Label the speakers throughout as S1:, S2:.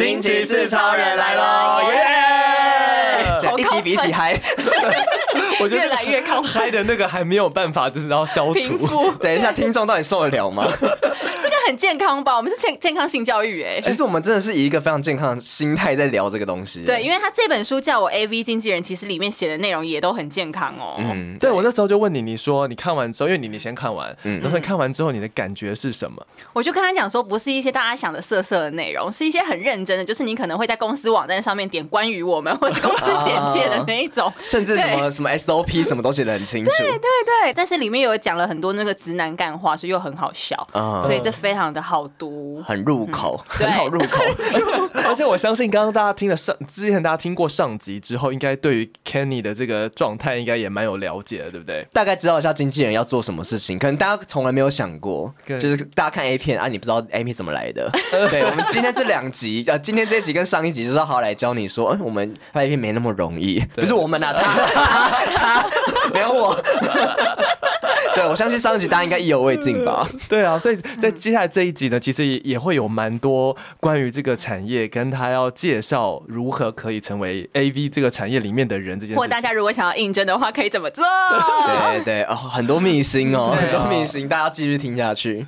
S1: 骑士超人来喽！耶、
S2: 好
S1: 一集比一集 嗨，我觉得
S2: 越来越亢奋，
S3: 嗨的那个还没有办法，就是要消
S2: 平
S3: 除。
S2: 复，
S1: 等一下听众到底受得了吗？
S2: 这个很健康吧？我们是健健康性教育哎、
S1: 其实我们真的是以一个非常健康的心态在聊这个东西。
S2: 对，因为他这本书叫我 A V 经纪人，其实里面写的内容也都很健康哦。
S1: 嗯，
S3: 对我那时候就问你，你说你看完之后，嗯因为你你先看完，然后你看完之后你的感觉是什么？
S2: 我就跟他讲说，不是一些大家想的色色的内容，是一些很认真的，就是你可能会在公司网站上面点关于我们或是公司简介的那一 种。
S1: 甚至什么什么 SOP 什么都写的很清楚。
S2: 对对，但是里面有讲了很多那个直男干话，所以又很好笑，
S1: 嗯
S2: 所以这非常的好读。
S1: 很入口，
S2: 对
S1: 很好入口。
S3: 嗯而且我相信，刚刚大家听了上之前大家听过上集之后，应该对于 Kenny 的这个状态应该也蛮有了解的，对不对？
S1: 大概知道一下经纪人要做什么事情，可能大家从来没有想过，
S3: 对
S1: 就是大家看 A 片啊，你不知道 A 片怎么来的。 对，我们今天这两集，呃，今天这一集跟上一集就是要好好来教你说，嗯，我们拍 A 片没那么容易，不是我们啊，他他他，没有我。 对，我相信上一集大家应该意犹未尽吧。
S3: 对啊，所以在接下来这一集呢，其实也也会有蛮多关于这个产业跟他要介绍如何可以成为 AV 这个产业里面的人这件
S2: 或
S3: 事
S2: 大
S3: 情。
S2: 家如果想要应征的话，可以怎么 做？
S1: 对对哦，很多秘辛哦，很
S3: 对啊
S1: 多秘辛，大家要继续听下去。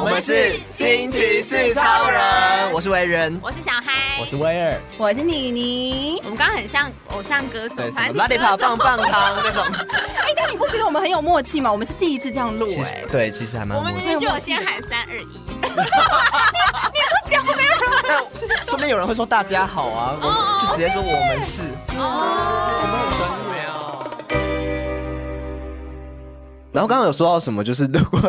S1: 我们是惊奇四超人，我是维人，
S4: 我是小嗨，
S3: 是威尔，
S2: 我是妮妮。哎
S4: 我们刚刚很像偶像歌手
S1: 对，，什
S4: 团
S1: 么
S4: 体
S1: 拉力
S4: 歌
S1: 跑
S4: 手
S1: 棒棒糖那种，
S2: 哎，但你不觉得我们很有默契吗？我们是第一次这样录
S1: 其
S2: 哎
S1: 实。对，其实还蛮
S4: 我们
S1: 默
S4: 明
S1: 契
S4: 明就有先喊三二一，
S1: 那说不定有人会说大家好啊，我们就直接说我们是，我们很专业啊。然后刚刚有说到什么，就是如果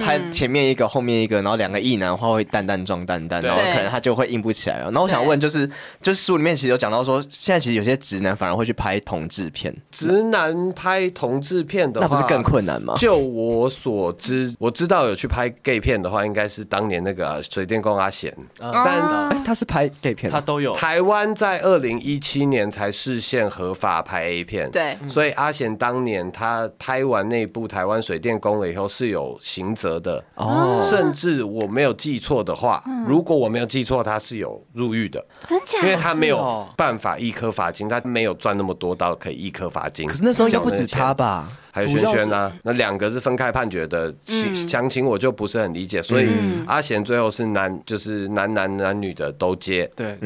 S1: 他前面一个、后面一个，然后两个异男的话，会蛋蛋撞蛋蛋，
S3: 对
S1: 然后可能他就会硬不起来了。然后我想问，就是就是书里面其实有讲到说，现在其实有些直男反而会去拍同志片，
S5: 直男拍同志片的话，
S1: 那不是更？困难吗？
S5: 就我所知，我知道有去拍 gay 片的话，应该是当年那个啊水电工阿贤，但
S1: 哎，他是拍 gay 片的，
S3: 他都有。
S5: 台湾在二零一七年才视线合法拍 A 片，
S2: 对
S1: 嗯
S5: 所以阿贤当年他拍完那部《台湾水电工》了以后是有刑责的哦，甚至我没有记错的话，如果我没有记错，他是有入狱的，
S2: 嗯真假？
S5: 因为他没
S3: 是
S5: 有
S3: 哦
S5: 办法一颗罚金，他没有赚那么多到可以一颗罚金。
S1: 可是那时候应该不
S5: 缴
S1: 止
S5: 个钱
S1: 他吧？
S5: 还有
S3: 主
S5: 轩
S3: 要
S5: 轩
S3: 是
S5: 啊，那两个是分开判决的，详详情我就不是很理解，所以阿贤最后是男，就是男男男女的都接，
S3: 对，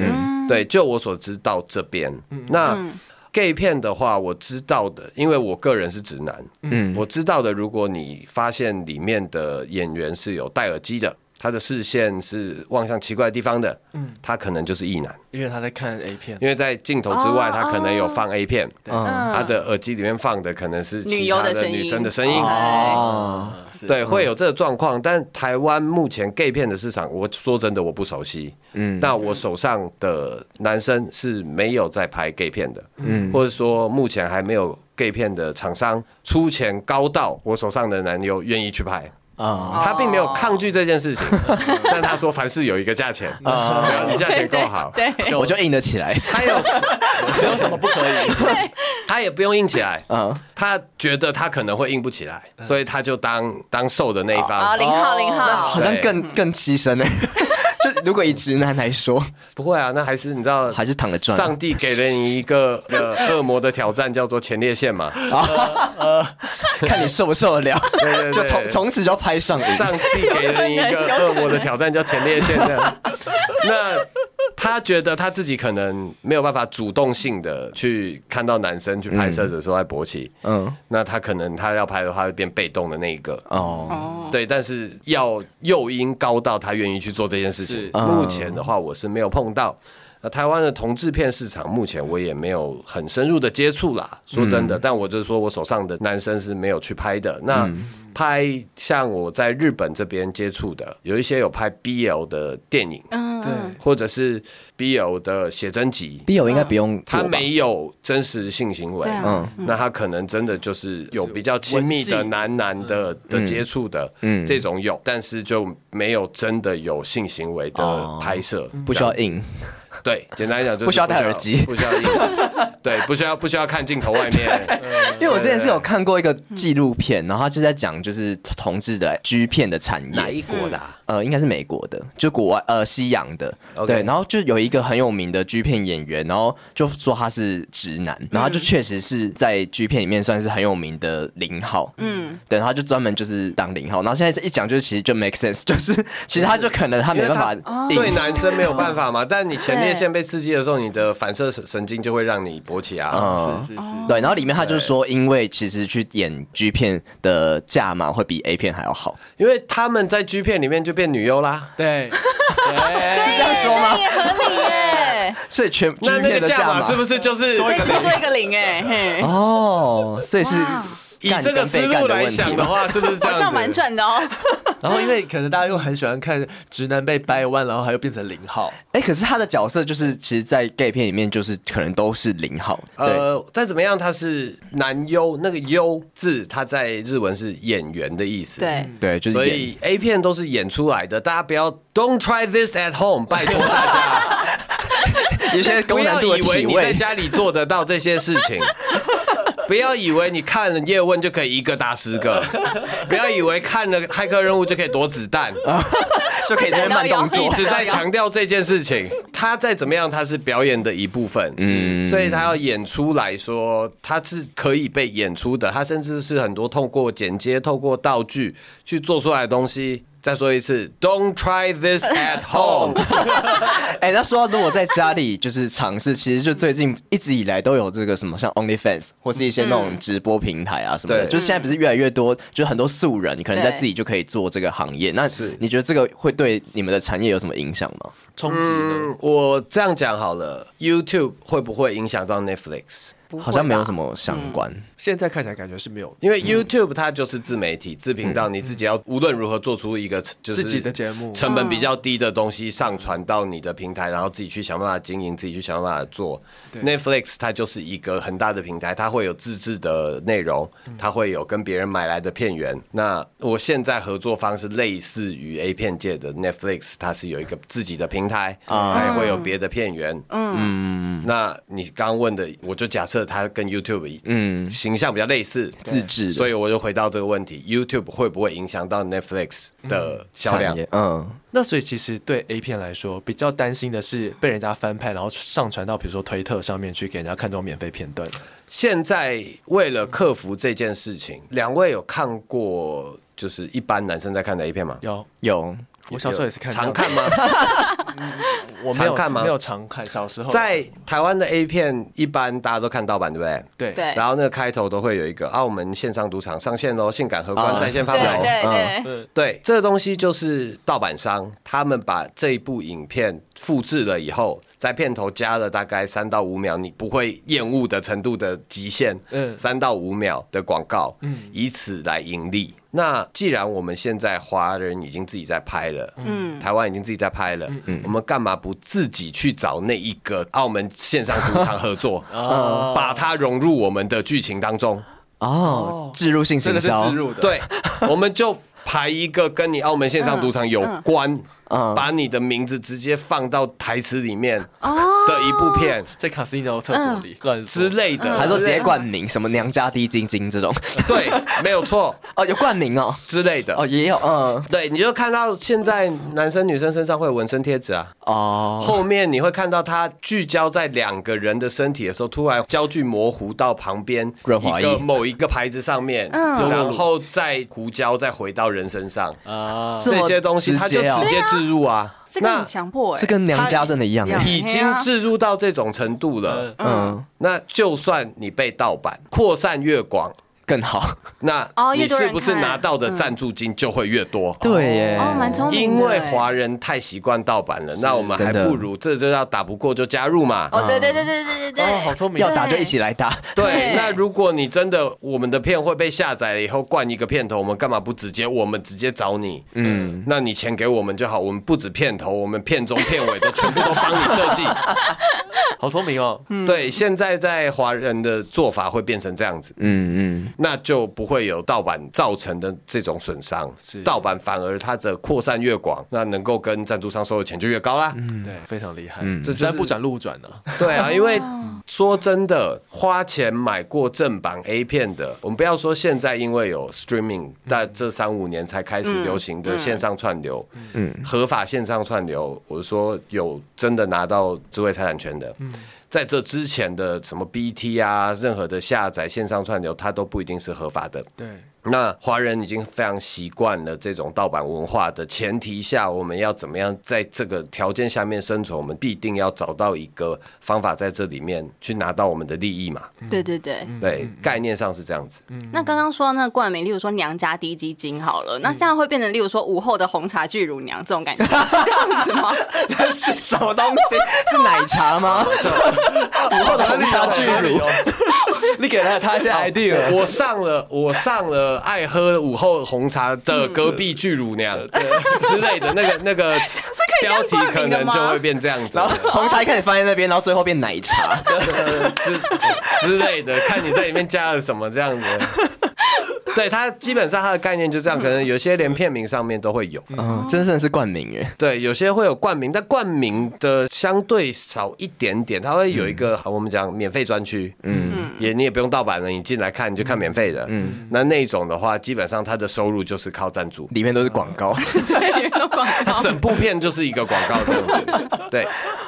S5: 对，就我所知道这边，
S3: 嗯
S5: 那 gay 片的话，我知道的，因为我个人是直男，嗯，我知道的，如果你发现里面的演员是有戴耳机的，他的视线是望向奇怪的地方的，嗯，他可能就是异男，
S3: 因为他在看 A 片。
S5: 因为在镜头之
S2: 哦
S5: 外，他可能有放 A 片，他的耳机里面放的可能是
S2: 嗯女
S5: 其
S2: 优
S5: 他
S2: 的
S5: 的
S2: 声音
S5: 女生的声音，
S1: 哦，
S5: 对，会有这个状况。但台湾目前 gay 片的市场，我说真的我不熟悉。嗯，那我手上的男生是没有在拍 gay 片的，嗯，或者说目前还没有 gay 片的厂商出钱高到我手上的男优愿意去拍。
S2: 哦
S1: 啊
S5: 他并没有抗拒这件事 情，但他说凡事有一个价钱，只要你价钱够好，
S2: 对，
S1: 我就硬得起来，
S5: 他有没有什么不可以？他也不用硬起来，
S1: 嗯。
S5: 他觉得他可能会硬不起来，所以他就当当瘦的那一
S2: 啊好，
S5: 方。
S2: 零号零
S1: 那
S2: 号
S1: 好，像
S5: 对
S1: 更更牺牲呢。欸 就如果以直男来 说，
S5: 不会啊，那还是你知道，
S1: 还是躺着赚。啊
S5: 上帝给了你一个呃恶魔的挑战，叫做前列 腺嘛。
S1: 看你受不受得了，
S5: 对对对
S1: 就从从此就拍上瘾。
S5: 上帝给了你一个恶魔的挑战，叫前列腺这样。那他觉得他自己可能没有办法主动性的去看到男生去拍摄的时候在勃起，
S1: 嗯，
S5: 那他可能他要拍的话会变被动的那一个。
S1: 哦，
S5: 对，但是要诱因高到他愿意去做这件事情
S3: 是。
S5: 目前的话，我是没有碰到。那台湾的同志片市场，目前我也没有很深入的接触啦。说真的，但我就说我手上的男生是没有去拍的。那拍像我在日本这边接触的，有一些有拍 BL 的电影，
S3: 对，
S5: 或者是 BL 的写真集。
S1: B 友应该不用做
S5: 他
S1: 吧
S5: 没有真实性行为，
S2: 对啊
S1: 嗯
S5: 那他可能真的就是有比较亲密的男男的的接触的，
S1: 嗯
S5: 这种有，但是就没有真的有性行为的拍摄，
S1: 哦嗯不需要硬，
S5: 对，简单来讲就是
S1: 不需要戴耳机
S5: 不需 要，不需要硬对，不需要不需要看镜头外面，
S1: 因为我之前是有看过一个纪录片，然后他就在讲就是同志的 G 片的产业，
S5: 国的啊？
S1: 呃，应该是美国的，就国外呃西洋的
S5: OK
S1: 对，然后就有一个很有名的 G 片演员，然后就说他是直男，然后他就确实是在 G 片里面算是很有名的零号，嗯，对，然后他就专门就是当零号，然后现在一讲就是其实就 make sense，就是 其实他就可能他没办法应
S5: 哦对男生没有办法
S1: 嗯
S5: 嘛，但你前列腺被刺激的时候，你的反射神经就会让你勃起啊。
S1: 嗯
S3: 是是，
S1: 对，然后里面他就说，因为其实去演 G 片的价码会比 A 片还要好，
S5: 因为他们在 G 片里面就变女优啦，
S3: 对，
S2: 哎
S1: 是这样说
S2: 那
S1: 吗？
S2: 也合理耶，
S1: 所以全 G
S5: 那那
S1: 片
S5: 个
S1: 的
S5: 价
S1: 价
S5: 码
S1: 码
S5: 是不是就是
S2: 对，这多一个零哎，嘿，
S1: 哦，所以是
S2: 哇
S5: 以
S1: 干
S5: 这个
S1: 跟
S5: 思
S1: 被干
S5: 路
S1: 的
S5: 来
S1: 问
S5: 想
S1: 题
S5: 的
S1: 吗？
S5: 话，是不是这
S2: 好
S5: 样子？
S2: 像蛮赚的哦。
S3: 然后因为可能大家又很喜欢看直男被掰弯，然后还又变成零号，
S1: 哎、可是他的角色就是，其实，在 gay 片里面就是可能都是零号，对，
S5: 呃，再怎么样，他是男优，那个优字，它在日文是演员的意思。
S2: 对，
S1: 对，就是
S5: 所
S1: 演
S5: 以 A 片都是演出来的，大家不要 Don't try this at home，拜托大家，
S1: 有一 些
S5: 不
S1: 高难
S5: 要
S1: 度的
S5: 以为
S1: 体
S5: 你在
S1: 位。
S5: 家里做得到这些事情。 不要以为你看了叶问就可以一个打 十个，不要以为看了《骇客任务》就可以躲子弹，
S1: 啊 就可以这边慢动
S5: 一
S1: 作。
S5: 直在强调这件事情。他再怎么样，他是表演的一部分，嗯，所以他要演出来说，他是可以被演出的。他甚至是很多透过剪接、透过道具去做出来的东西。再说一次，Don't try this at home。
S1: 哎、那说到如果在家里就是尝试，其实就最近一直以来都有这个什么像 OnlyFans 或是一些那种直播平台啊什么的，
S5: 嗯对
S1: 就是现在不是越来越多，就是很多素人，你可能在
S2: 对
S1: 自己就可以做这个行业。那
S5: 是
S1: 你觉得这个会对你们的产业有什么影响吗？
S3: 冲击呢？
S5: 嗯，我这样讲好了，YouTube 会不会影响到 Netflix？
S1: 好像没有什么相关。
S5: 嗯
S3: 现在看起来感觉是没有
S5: 因为 YouTube 它就是自媒体、自频道，你自己要无论如何做出一个就是
S3: 自己的节目
S5: 成本比较低的东西上传到你的平台，然后自己去想办法经营，自己去想办法做。Netflix 它就是一个很大的平台，它会有自制的内容，
S3: 嗯
S5: 它会有跟别人买来的片源。那我现在合作方是类似于 A 片界的 Netflix，它是有一个自己的平台，
S3: 啊
S5: 它也会有别的片源。嗯，那你刚刚问的，我就假设它跟 YouTube 嗯形象比较类似，
S1: 自制的
S5: 所以我就回到这个问题：YouTube 会不会影响到 Netflix
S3: 嗯
S5: 的销量
S1: 产？业，嗯，
S3: 那所以其实对 A 片来说，比较担心的是被人家翻拍，然后上传到比如说推特上面去给人家看这种免费片段。
S5: 现在为了克服这件事情，两位有看过就是一般男生在看的 A 片吗？
S3: 有，
S1: 有
S3: 我小时候也是看，
S5: 常看，吗？
S3: 我没有
S5: 常看吗
S3: 没有常看，小时候
S5: 在台湾的 A 片，一般大家都看盗版，对不对？
S3: 对
S2: 对
S5: 然后那个开头都会有一个啊，我们线上赌场上线喽，性感荷官
S1: 啊
S5: 在线发
S2: 哦对
S5: 表。
S2: 对
S3: 嗯
S2: 对，
S5: 对，这个东西就是盗版商，他们把这一部影片复制了以后，在片头加了大概三到五秒，你不会厌恶的程度的极限，
S3: 嗯
S5: 嗯，三到五秒的广告，嗯，以此来盈利。那既然我们现在华人已经自己在拍了，嗯，台湾已经自己在拍了，嗯，我们干嘛不自己去找那一个澳门线上赌场合作，把它融入我们的剧情当中？
S1: 哦，置入性
S3: 真
S1: 行
S3: 的是
S1: 销
S3: 自，入的，，
S5: 对，我们就排一个跟你澳门线上赌场有关，
S1: 嗯
S5: 把你的名字直接放到台词里面的一部片
S3: 在卡斯蒂诺厕所里乱
S5: 之
S3: 说，
S5: 类的，
S1: 嗯还说
S5: 之
S1: 直
S5: 类
S1: 接冠名什么娘家低金金这种，
S5: 对，没有错
S1: 哦，有冠名哦，
S5: 之类的
S1: 哦。也有，嗯，
S5: 对，你就看到现在男生女生身上会有纹身贴纸啊，
S1: 哦，
S5: 后面你会看到它聚焦在两个人的身体的时候，突然焦距模糊到旁边
S1: 润滑
S5: 一个
S1: 液
S5: 某一个牌子上面，然后再糊胶再回到人身上，
S3: 啊，
S1: 这么
S5: 这些东西它就
S1: 直接哦
S5: 直接置入啊。
S2: 这个
S5: 那
S2: 很强迫哎，
S1: 这跟娘家真的一样哎，
S5: 已经置入到这种程度了
S3: 嗯，
S1: 嗯，
S5: 那就算你被盗版扩散越广，
S1: 更好，
S5: 那
S2: 哦
S5: 你
S2: 越多人
S5: 是不是
S2: 看
S5: 拿到的赞助金就会越多？
S1: 对耶
S2: 哦，蛮聪明的
S5: 因
S2: 耶，
S5: 为华人太习惯盗版了，那我们还
S1: 真的
S5: 不如这就叫打不过就加入嘛。
S2: 哦，对对对对对对
S3: 哦，
S2: 对
S3: 好，聪明，
S1: 要打就一起来打，
S5: 对
S2: 对，
S5: 那如果你真的我们的片会被下载了以后灌一个片头，我们干嘛不直接我们直接找你？嗯，那你 钱给我们就好，我们不止片头，我们片中片尾都全部都帮你设计。
S3: 好聪明哦。
S5: 对，现在在华人的做法会变成这样子，
S1: 嗯嗯，
S5: 那就不会有盗版造成的这种损伤。
S3: 是
S5: 盗版反而它的扩散越广，那能够跟赞助商收的钱就越高啦。
S3: 对，非常厉害，
S5: 这
S3: 这
S5: 就是
S3: 转不转路转呢、
S5: 对啊，因为说真的，花钱买过正版 A 片的，我们不要说现在因为有 streaming，但这三五年才开始流行的线上串流，嗯，合法线上串流，我说有真的拿到智慧财产权的，在这之前的什么 BT 啊，任何的下载线上串流，它都不一定是合法的，
S3: 对，
S5: 那华人已经非常习惯了这种盗版文化的前提下，我们要怎么样在这个条件下面生存？我们必定要找到一个方法在这里面去拿到我们的利益嘛？
S2: 对对对。
S5: 对，概念上是这样子。
S2: 那刚刚说到那个冠名，例如说娘家低基金好了，那这样会变成例如说午后的红茶巨乳娘这种感觉，是这样子吗？
S1: 那是什么东西？ 是奶茶吗？午后的红茶巨乳，
S2: 嗯
S3: 你给了他一些 idea，
S5: 我上了，我上了爱喝午后红茶的隔壁巨乳娘之类的那个 那个
S2: 嗯以这
S5: 标
S2: 样
S5: 题，可
S2: 冠名的
S5: 能
S2: 吗
S5: 就会变这样子
S1: 然后红茶一开始放在那边，然后最后变奶茶。
S5: 之之类的，看你在里面加了什么这样 子。对它基本上它的概念就这样，可能有些连片名上面都会有，
S1: 嗯，真正是冠名耶。
S5: 对，有些会有冠名，但冠名的相对少一点点，它会有一个、我们讲免费专区，嗯，也你也不用盗版了，你进来看你就看免费的，嗯，那那种的话，基本上它的收入就是靠赞 助，
S1: 里面都是广告
S2: 对，有广告。
S5: 整部片就是一个广告这样子，对，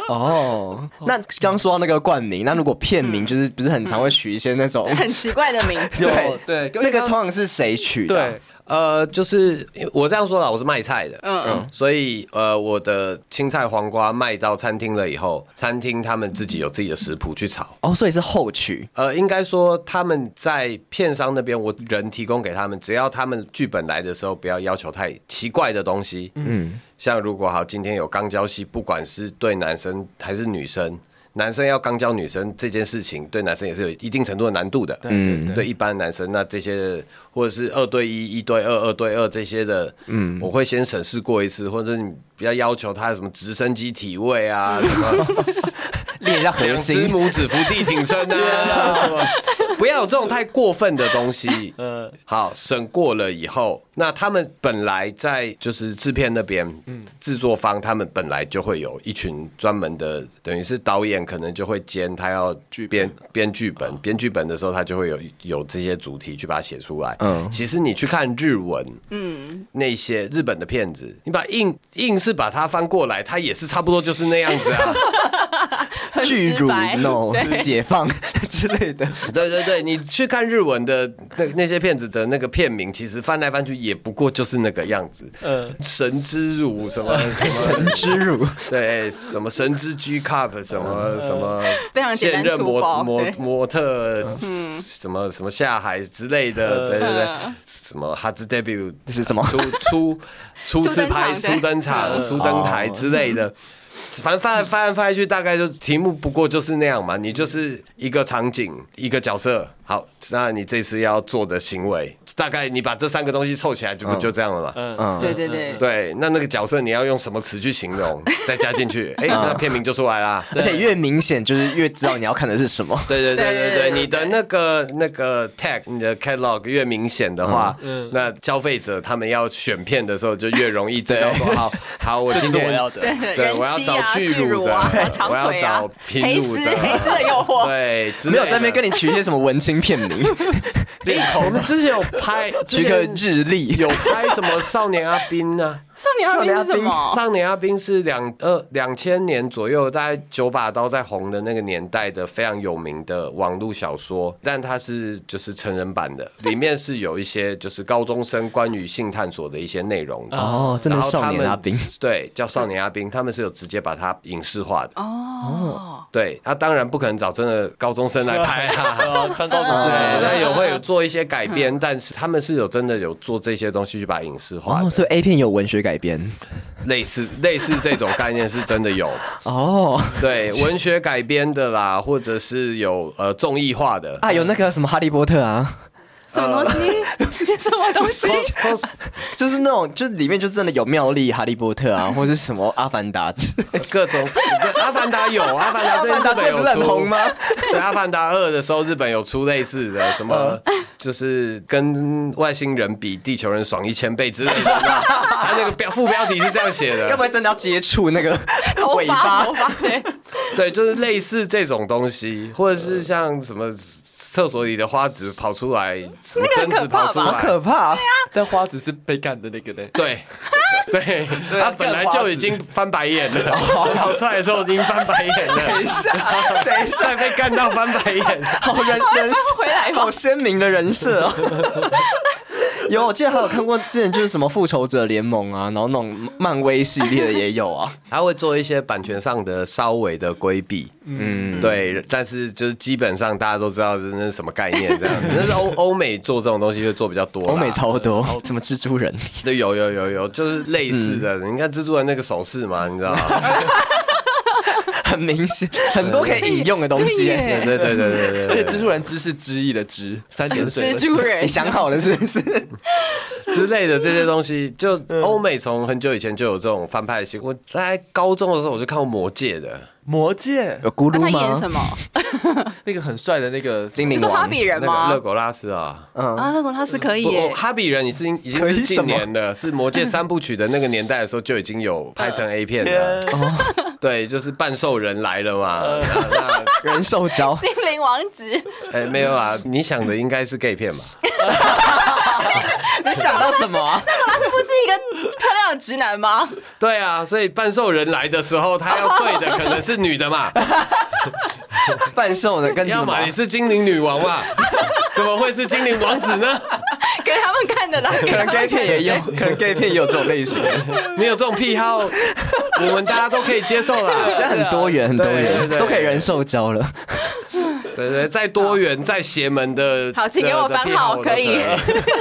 S1: 哦。那刚说到那个冠名，那如果片名就是不是很常会取一些那种
S2: 很奇怪的名字，
S1: 对
S3: 对
S1: 那个通常是谁取的？
S3: 对，
S5: 呃，就是我这样说啦，我是卖菜的，
S2: 嗯
S5: 嗯，所以呃，我的青菜、黄瓜卖到餐厅了以后，餐厅他们自己有自己的食谱去炒。
S1: 哦，所以是后取。
S5: 呃，应该说他们在片商那边，我人提供给他们，只要他们剧本来的时候不要要求太奇怪的东西。嗯，像如果好，今天有肛交戏，不管是对男生还是女生，男生要肛交女生这件事情，对男生也是有一定程度的难度的。
S3: 嗯
S5: 对一般男生，那这些或者是二对一、一对二、二对二这些的，嗯，我会先审视过一次，或者你不要要求他什么直升机体位 啊，什么
S1: 练一下核
S5: 两只
S1: 心。
S5: 拇指伏地挺身啊，什么不要有这种太过分的东西。 嗯，好，审过了以后，那他们本来在就是制片那边，嗯，制作方他们本来就会有一群专门的，等于是导演可能就会兼他要
S3: 剧本哦
S5: 编编剧本，编剧本的时候他就会有有这些主题去把它写出来。
S1: 嗯
S5: 嗯，其实你去看日文，嗯，那些日本的片子，你把硬硬是把它翻过来，它也是差不多就是那样子啊。
S2: 很
S1: 巨
S2: 直
S1: 乳
S2: 白
S1: no
S2: 对
S1: 解放之类的，
S5: 对对对，你去看日文的那那些片子的那个片名，其实翻来翻去也不过就是那个样子。
S3: 嗯
S5: 神之乳什么什么，
S1: 神之乳，
S5: 对，什么神之 G cup 什么
S1: 嗯
S5: 什么，
S2: 非常简
S5: 现
S2: 单
S5: 任
S2: 粗暴
S5: 模模
S2: 对嗯
S5: 模特什么什么下海之类
S1: 嗯
S5: 的，对对对，什么哈兹 debut
S1: 这是什么？
S5: 出出初次拍、
S2: 初
S5: 初登嗯
S2: 登
S5: 场、初登台之类的。反正翻来翻来翻来去，大概就题目不过就是那样嘛。你就是一个场景，一个角色。好，那你这次要做的行为，大概你把这三个东西凑起来，就不就这样了嘛？
S3: 嗯，
S2: 对对对，
S5: 对，那那个角色你要用什么词去形容，再加进去，哎，那片名就出来啦。
S1: 而且越明显就是越知道你要看的是什么。
S5: 对对
S2: 对
S5: 对对
S2: 对对
S5: 对对，你的那个那个 tag，你的 catalog 越明显的话，
S1: 嗯
S2: 嗯
S5: 那消费者他们要选片的时候就越容易知道说，好好，我今
S3: 这是
S5: 天
S3: 我要的
S2: 对对
S5: 对
S2: 人
S5: 我要
S2: 妻
S5: 找
S2: 啊、
S5: 巨乳
S2: 乳
S5: 的
S2: 啊
S5: 对、
S2: 长
S5: 我要
S2: 腿啊
S5: 找、平
S2: 黑
S5: 乳
S2: 丝、
S5: 的
S2: 黑丝的诱惑，
S5: 对，啊之
S1: 没有
S5: 类
S1: 在那边
S5: 的
S1: 跟你取一些什么文青片名，
S5: 哎我们之前有 拍，
S1: 取
S5: 之
S1: 个
S5: 前
S1: 日历，
S5: 有拍什么少年阿兵啊？
S2: 少年阿兵是什么？
S5: 少年阿兵是两二两千年左右，大概九把刀在红的那个年代的非常有名的网络小说，但它是就是成人版的，里面是有一些就是高中生关于性探索的一些内容的。
S1: 哦，真的
S5: 然后
S1: 少
S5: 他
S1: 年
S5: 们
S1: 阿兵，
S5: 对，叫少年阿兵，他们是有直接把它影视化的。
S2: 哦，
S5: 对他当然不可能找真的高中生来拍 啊，
S3: 啊，穿高跟之类
S5: 对，
S3: 的，
S5: 那有会有做一些改编，但是他们是有真的有做这些东西去把它影视化
S1: 哦，
S5: 的，
S1: 所以 A 片有文学改编，
S5: 类似 类似这种概念是真的有。
S1: 哦，
S5: 对，文学改编的啦，或者是有呃综艺化的。
S1: 啊，有那个什么哈利波特啊，
S2: 什么东西？ 什么东西？
S5: cos
S1: 就是那种，就是里面就真的有妙丽、哈利波特啊，或者是什么阿凡达之类的。
S5: 各 种，阿凡达有，阿凡达最近日本
S1: 阿凡
S5: 有
S1: 达这不是很
S5: 出
S1: 红吗？
S5: 对，阿凡达二的时候，日本有出类似的，什么
S1: 嗯
S5: 就是跟外星人比地球人爽一千倍之类 的，他那个标副标题是这样写
S1: 该不
S5: 的，
S1: 会真的要接触那个
S2: 头
S1: 尾
S2: 发，
S1: 巴
S2: 头？发，对，
S5: 对，就是类似这种东西，或者是像什么。厕所里的花子跑出来，什么贞子跑出
S2: 那个很
S1: 好可
S2: 可怕吧
S5: 来，
S1: 怕！啊
S2: 嗯
S3: 但花子是被干的那个呢。
S5: 对， 对，啊他本来就已经翻白眼了， 哦跑出来的时候已经翻白眼
S1: 等一
S5: 了，
S2: 啊
S1: 下， 等一下，
S5: 再被干到翻白眼。
S1: 好 人人设
S2: 回来吧
S1: 好鲜明的人设、哦。 有，我记得还有看过之前就是什么复仇者联盟啊，然后那种漫威系列的也有 啊。
S5: 他会做一些版权上的稍微的规避，嗯，对，但是就是基本上大家都知道这是什么概念这样子。但是欧 欧美做这种东西就做比较多啦，
S1: 欧美超多，什么蜘蛛人，
S5: 对有有有有，就是类似
S1: 嗯
S5: 的。你看蜘蛛人那个手势嘛，你知道吗？
S1: 很明显，很多可以引用的东西耶、
S2: 对耶
S5: 对对对对对
S3: 而
S5: 对
S3: 且
S5: 对
S3: 蜘蛛人知是知意的知，三点水
S2: 蜘
S3: 的
S2: 蛛
S3: 知。
S2: 人
S1: 你，想好了是不是？
S5: 之类的这些东西，就
S1: 嗯
S5: 欧美从很久以前就有这种翻拍的习惯。我在高中的时候我就看过《魔戒》的，
S3: 魔戒
S1: 有咕
S2: 那
S1: 噜
S2: 他演什
S1: 吗？
S2: 么？
S3: 那个很帅的那个
S1: 精
S2: 你
S1: 灵
S2: 说哈
S1: 王
S2: 比人
S5: 那个勒
S2: 吗？
S5: 狗拉斯啊，
S2: 啊，那个他是可以
S5: 不，
S2: 耶
S5: 我。哈比人你是已经
S1: 可以什
S5: 是近
S1: 么
S5: 年的，是《魔戒》三部曲的那个年代的时候就已经有拍 成 A 片了。对，就是半兽人来了嘛。
S2: Uh
S5: 那
S1: 人兽 交，
S2: 精灵王子，
S5: 哎、没有啊，你想的应该是 gay 片吧？
S1: 你想到什么、 啊？
S2: 他是不是一个漂亮的直男吗？
S5: 对啊，所以半兽人来的时候，他要对的可能是女的嘛，
S1: 半兽的跟
S5: 要
S1: 什么啊
S5: 么？你是精灵女 王嘛，怎么会是精灵王子呢？
S2: 给他们看的啦，给
S1: 可
S2: 他
S1: 能
S2: 们
S1: gay 片也有，可能 gay 片也有这种类型，
S5: 你有这种癖好，我们大家都可以接受 啦
S1: 现。在很多元，很多
S5: 对
S1: 元
S5: 对，对
S1: 都可以人兽交了。
S5: 对对，再多元、再邪门的，
S2: 好请给我
S5: 的
S2: 翻
S5: 癖好
S2: 好
S5: 都
S2: 可以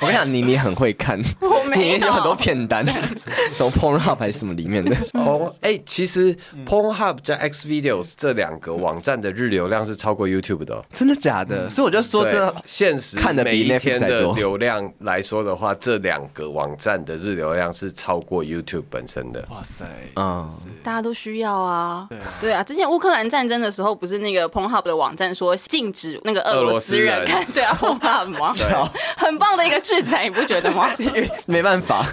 S1: 我跟你讲，你你很会 看，
S2: 我没有
S1: 你有很多片 单，什么 Pornhub 还是什么里面的，
S5: 哦，哎、其实
S1: 嗯
S5: Pornhub 加 X Videos 这两个网站的日流量是超过 YouTube 的哦、
S1: 真的假的？所以我就说
S5: 对
S1: 真的，
S5: 现实
S1: 看得
S5: 每
S1: 比
S5: 一
S1: Netflix
S5: 天
S1: 还
S5: 的
S1: 多。
S5: 流量来说的话，这两个网站的日流量是超过 YouTube 本身的。
S3: 哇塞，
S1: 嗯，
S2: 大家都需要啊。对啊，之前乌克兰战争的时候，不是那个 Pornhub 的网站说禁止那个俄罗斯
S5: 俄
S2: 人
S5: 罗斯人
S2: 看对啊 Pornhub 吗？
S1: 好，
S2: 很棒的一个制裁，你不觉得吗？
S1: 没办法，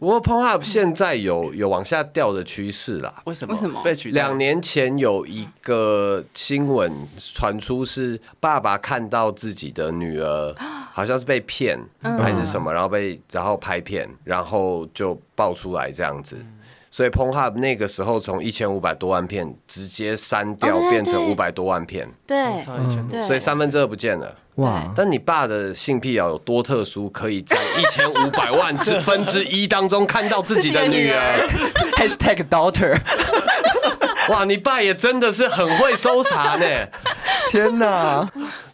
S5: 不过 Pornhub 现在有有往下掉的趋势啦。
S3: 为什么？
S2: 为什么
S3: 被取代
S5: 两年前有一个新闻传出，是爸爸看到自己的女儿好像是被骗还是什么，然后被然后拍片，然后就爆出来这样子。所以 Pornhub 那个时候从一千五百多万片直接删掉
S2: 哦，对
S5: 变成
S2: 对
S5: 五百多万片，
S2: 对
S3: 上一圈路
S2: 对，
S5: 嗯所以三分之二不见了。
S1: 哇，
S5: 但你爸的性癖好有多特殊，可以在一千五百万之分之一当中看到自己的女儿？
S1: #hashtag daughter，
S5: 哇，你爸也真的是很会搜查呢。
S1: 天哪，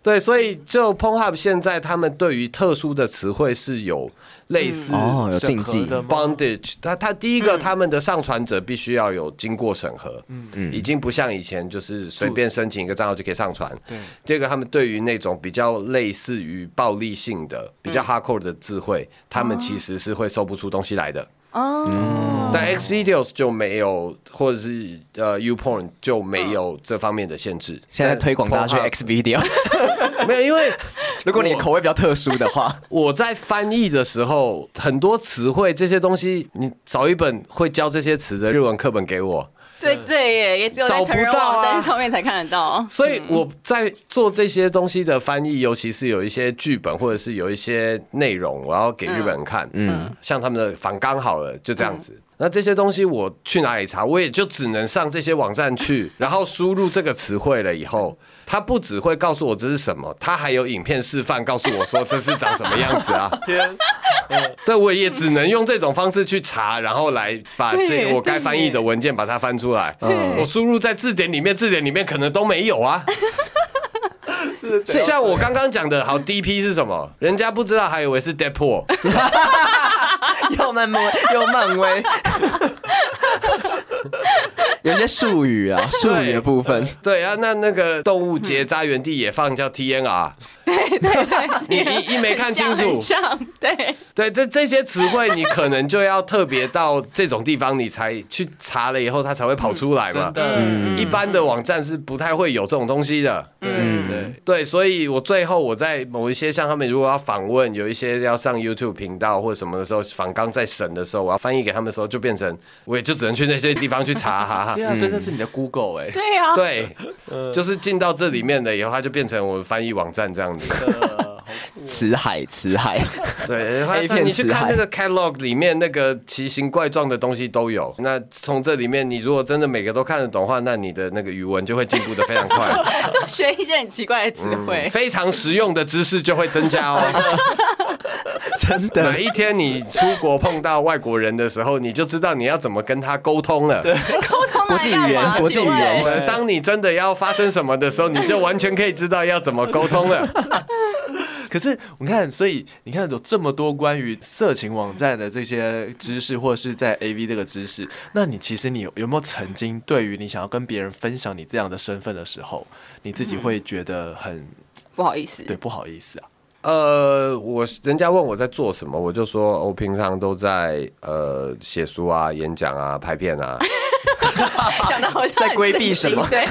S5: 对，所以就 Pornhub 现在他们对于特殊的词汇是有类似
S1: 哦，有
S3: 审
S1: 禁
S3: 核
S1: 忌，
S3: 的吗嗯
S5: bondage，他他第一个他们的上传者必须要有经过审核，嗯，已经不像以前就是随便申请一个账号就可以上传。
S3: 对
S5: 第二个他们对于那种比较类似于暴力性
S3: 嗯
S5: 的、比较 hardcore 的智慧，他们其实是会搜不出东西来的。
S2: 哦，
S5: 但 X videos 就没有，或者是呃 U porn 就没有这方面的限制。
S1: 现在推广大家去 X video，
S5: 但没有，因为
S1: 如果你的口味比较特殊的 话，
S5: 我在翻译的时候，很多词汇这些东西，你找一本会教这些词的日文课本给我。
S2: 对对耶，也只有在
S5: 找
S2: 成人
S5: 不到啊
S2: 网站上面才看得到。
S5: 所以嗯我在做这些东西的翻译，尤其是有一些剧本或者是有一些内容，我要给日本人看。嗯，像他们的反纲好了，就这样子。那这些东西我去哪里查？我也就只能上这些网站去，然后输入这个词汇了以后，它不只会告诉我这是什么，它还有影片示范告诉我说这是长什么样子啊。
S3: 天，
S5: 对，我也只能用这种方式去查，然后来把这
S2: 对嗯
S5: 个我该翻译的文件把它翻出来。我输入在字典里面，字典里面可能都没 有啊。像我刚刚讲的，好第一批是什么？人家不知道，还以为是 Deadpool。
S1: 又漫威又漫威，有一些术语啊，术语的部分，
S5: 对啊，那那个动物结扎原地也放叫 TNR，
S2: 对对对，
S5: 你一一没看清楚
S2: 很，像很像对，
S5: 对，这这些词汇你可能就要特别到这种地方，你才去查了以后，它才会跑出来嘛嗯
S3: 真。的，
S5: 一般的网站是不太会有这种东西的。
S2: 嗯
S3: 对对。
S5: 对，所以我最后我在某一些像他们如果要访问，有一些要上 YouTube 频道或者什么的时候，访纲在审的时候，我要翻译给他们的时候，就变成我也就只能去那些地方去查，哈哈
S3: 对。啊，所以这是你的 Google 哎、
S2: 对啊，
S5: 对，
S1: 嗯
S5: 就是进到这里面了以后，它就变成我翻译网站这样 子。
S1: 辞海辞 海，
S5: 对，它
S1: A 片
S5: 它你去
S1: 死
S5: 看
S1: 海
S5: 那个 catalog 里面那个奇形怪状的东西都有。那从这里面，你如果真的每个都看得懂的话，那你的那个语文就会进步的非常 快，
S2: 都学一些很奇怪的词
S5: 嗯
S2: 汇。
S5: 非常实用的知识就会增加哦。
S1: 真的
S5: 哪一天你出国碰到外国人的时候，你就知道你要怎么跟他沟通了。
S2: 沟通
S1: 国际
S2: 来干
S1: 语言
S2: 嘛
S1: 国际语
S2: 请问
S1: 言
S5: 呃当你真的要发生什么的时候，你就完全可以知道要怎么沟通 了。
S3: 可是你看，所以你看有这么多关于色情网站的这些知识，或者是在 A V 这个知识，那你其实你有有没有曾经对于你想要跟别人分享你这样的身份的时候，你自己
S2: 嗯
S3: 会觉得很
S2: 不好意思，
S3: 对不好意思啊？
S5: 呃，我人家问我在做什么，我就说我平常都在呃写书啊、演讲啊、拍片 啊。
S2: 讲的好像
S1: 在
S2: 很
S1: 规避
S2: 震
S1: 什
S2: 惊
S1: 么
S2: 对，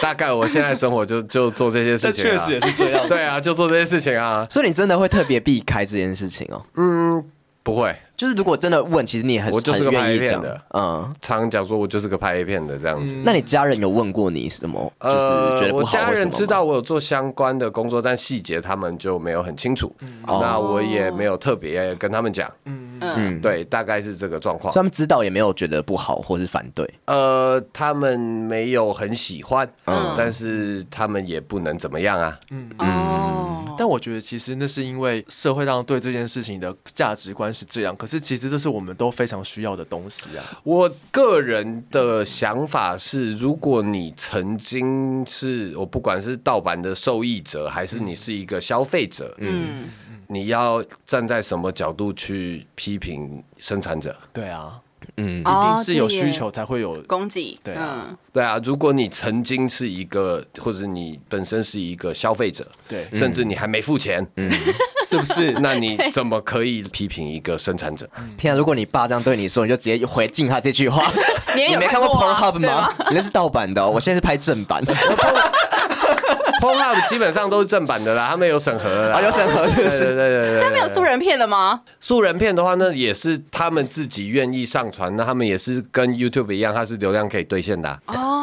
S5: 大概我现在生活就就做这些事情、啊，
S3: 是这样。
S5: 对啊，就做这些事情啊，嗯
S1: 所以你真的会特别避开这件事情哦。
S5: 不会。
S1: 就是如果真的问，其实你也很
S5: 我就是
S1: 很
S5: 个
S1: 愿意
S5: 拍片
S1: 讲
S5: 的
S1: 嗯，
S5: 常常讲说我就是个拍 A 片的这样子。
S1: 那你家人有问过你什么？就是觉
S5: 呃，
S1: 得
S5: 我
S1: 不好或
S5: 家
S1: 什
S5: 人
S1: 么吗
S5: 知道我有做相关的工作，但细节他们就没有很清楚。
S1: 哦
S5: 那我也没有特别跟他们讲。
S2: 嗯，
S5: 对，大概是这个状况
S1: 所以。他们知道也没有觉得不好或是反对。
S5: 呃，他们没有很喜欢，
S1: 嗯
S5: 但是他们也不能怎么样啊。
S2: 哦，
S3: 但我觉得其实那是因为社会上对这件事情的价值观是这样，可是其实这是我们都非常需要的东西啊。
S5: 我个人的想法是，如果你曾经是我不管是盗版的受益者，还是你是一个消费者，嗯，
S2: 嗯，
S5: 你要站在什么角度去批评生产者？
S3: 对啊，
S1: 嗯，
S3: 一
S2: 哦
S3: 定是有
S2: 对耶
S3: 需求才会有
S2: 供给，
S3: 对啊
S2: 嗯
S5: 对啊，如果你曾经是一个，或者你本身是一个消费者，
S3: 对，
S5: 甚至你还没付钱，
S1: 嗯
S3: 是不 是？
S5: 那你怎么可以批评一个生产者？
S1: 天啊！如果你爸这样对你说，你就直接回敬他这句 话。
S2: 嗯，你也
S1: 你
S2: 有
S1: 没看过
S2: 啊
S1: Pornhub
S2: 对
S1: 吗？你那是盗版的哦，我现在是拍正 版。
S5: Pornhub 基本上都是正版的啦，他们有审核的啦
S1: 啊，。有审核是
S5: 对
S1: 不
S5: 对对
S1: 是？
S5: 对对，
S2: 下面有素人片的吗？
S5: 素人片的话呢，也是他们自己愿意上传，那他们也是跟 YouTube 一样，它是流量可以兑现的 啊、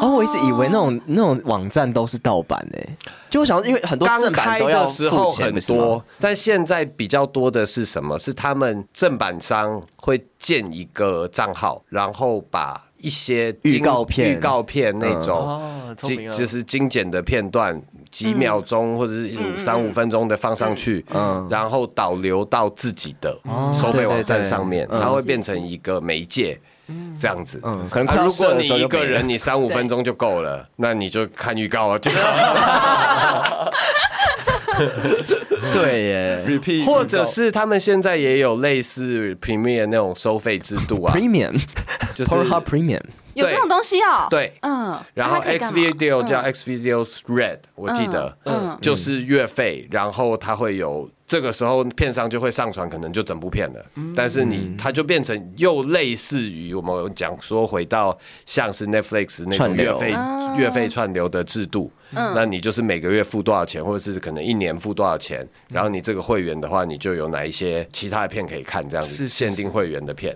S1: 哦，我一直以为那种那种网站都是盗版诶，就我想，因为很多
S5: 刚
S1: 正
S5: 开
S1: 版都要
S5: 的时候
S1: 付钱，
S5: 很
S1: 不是吗
S5: 多，但现在比较多的是什么？是他们正版商会建一个账号，然后把一些精
S1: 预告片嗯
S5: 预告片那种
S3: 哦，聪
S5: 精、
S3: 明啊！嗯
S5: 就是精简的片段，几秒钟或者是三五分钟的放上去，
S1: 嗯
S5: 然后导流到自己的
S3: 哦
S5: 收费网站上面，
S1: 对对对嗯
S5: 它会变成一个媒介。这样子，
S1: 嗯可能快
S5: 啊
S1: 要
S5: 如
S1: 射
S5: 果
S1: 的
S5: 你
S1: 时候就
S5: 一
S1: 没了
S5: 个人，你三五分钟就够了，那你就看预告 啊，就
S1: 对耶
S3: repeat，
S5: 或者是他们现在也有类似 Premiere 那种收费制度啊，
S1: ，Premium
S5: 就是
S1: Pornhub Premium，
S2: 有
S5: 对
S2: 这种东西哦。，
S5: 对。
S2: 嗯，
S5: 然后
S2: 那它可以
S5: X
S2: 干嘛
S5: Video 叫 X Video Red，我记得，嗯，就是月费，然后它会有这个时候片商就会上传，可能就整部片了。但是你它就变成又类似于我们讲说回到像是 Netflix 那种
S1: 串
S5: 月
S1: 流
S5: 费月费串流的制度，那你就是每个月付多少钱，或者是可能一年付多少钱，然后你这个会员的话，你就有哪一些其他的片可以看，这样
S3: 是是
S5: 子限定会员的片，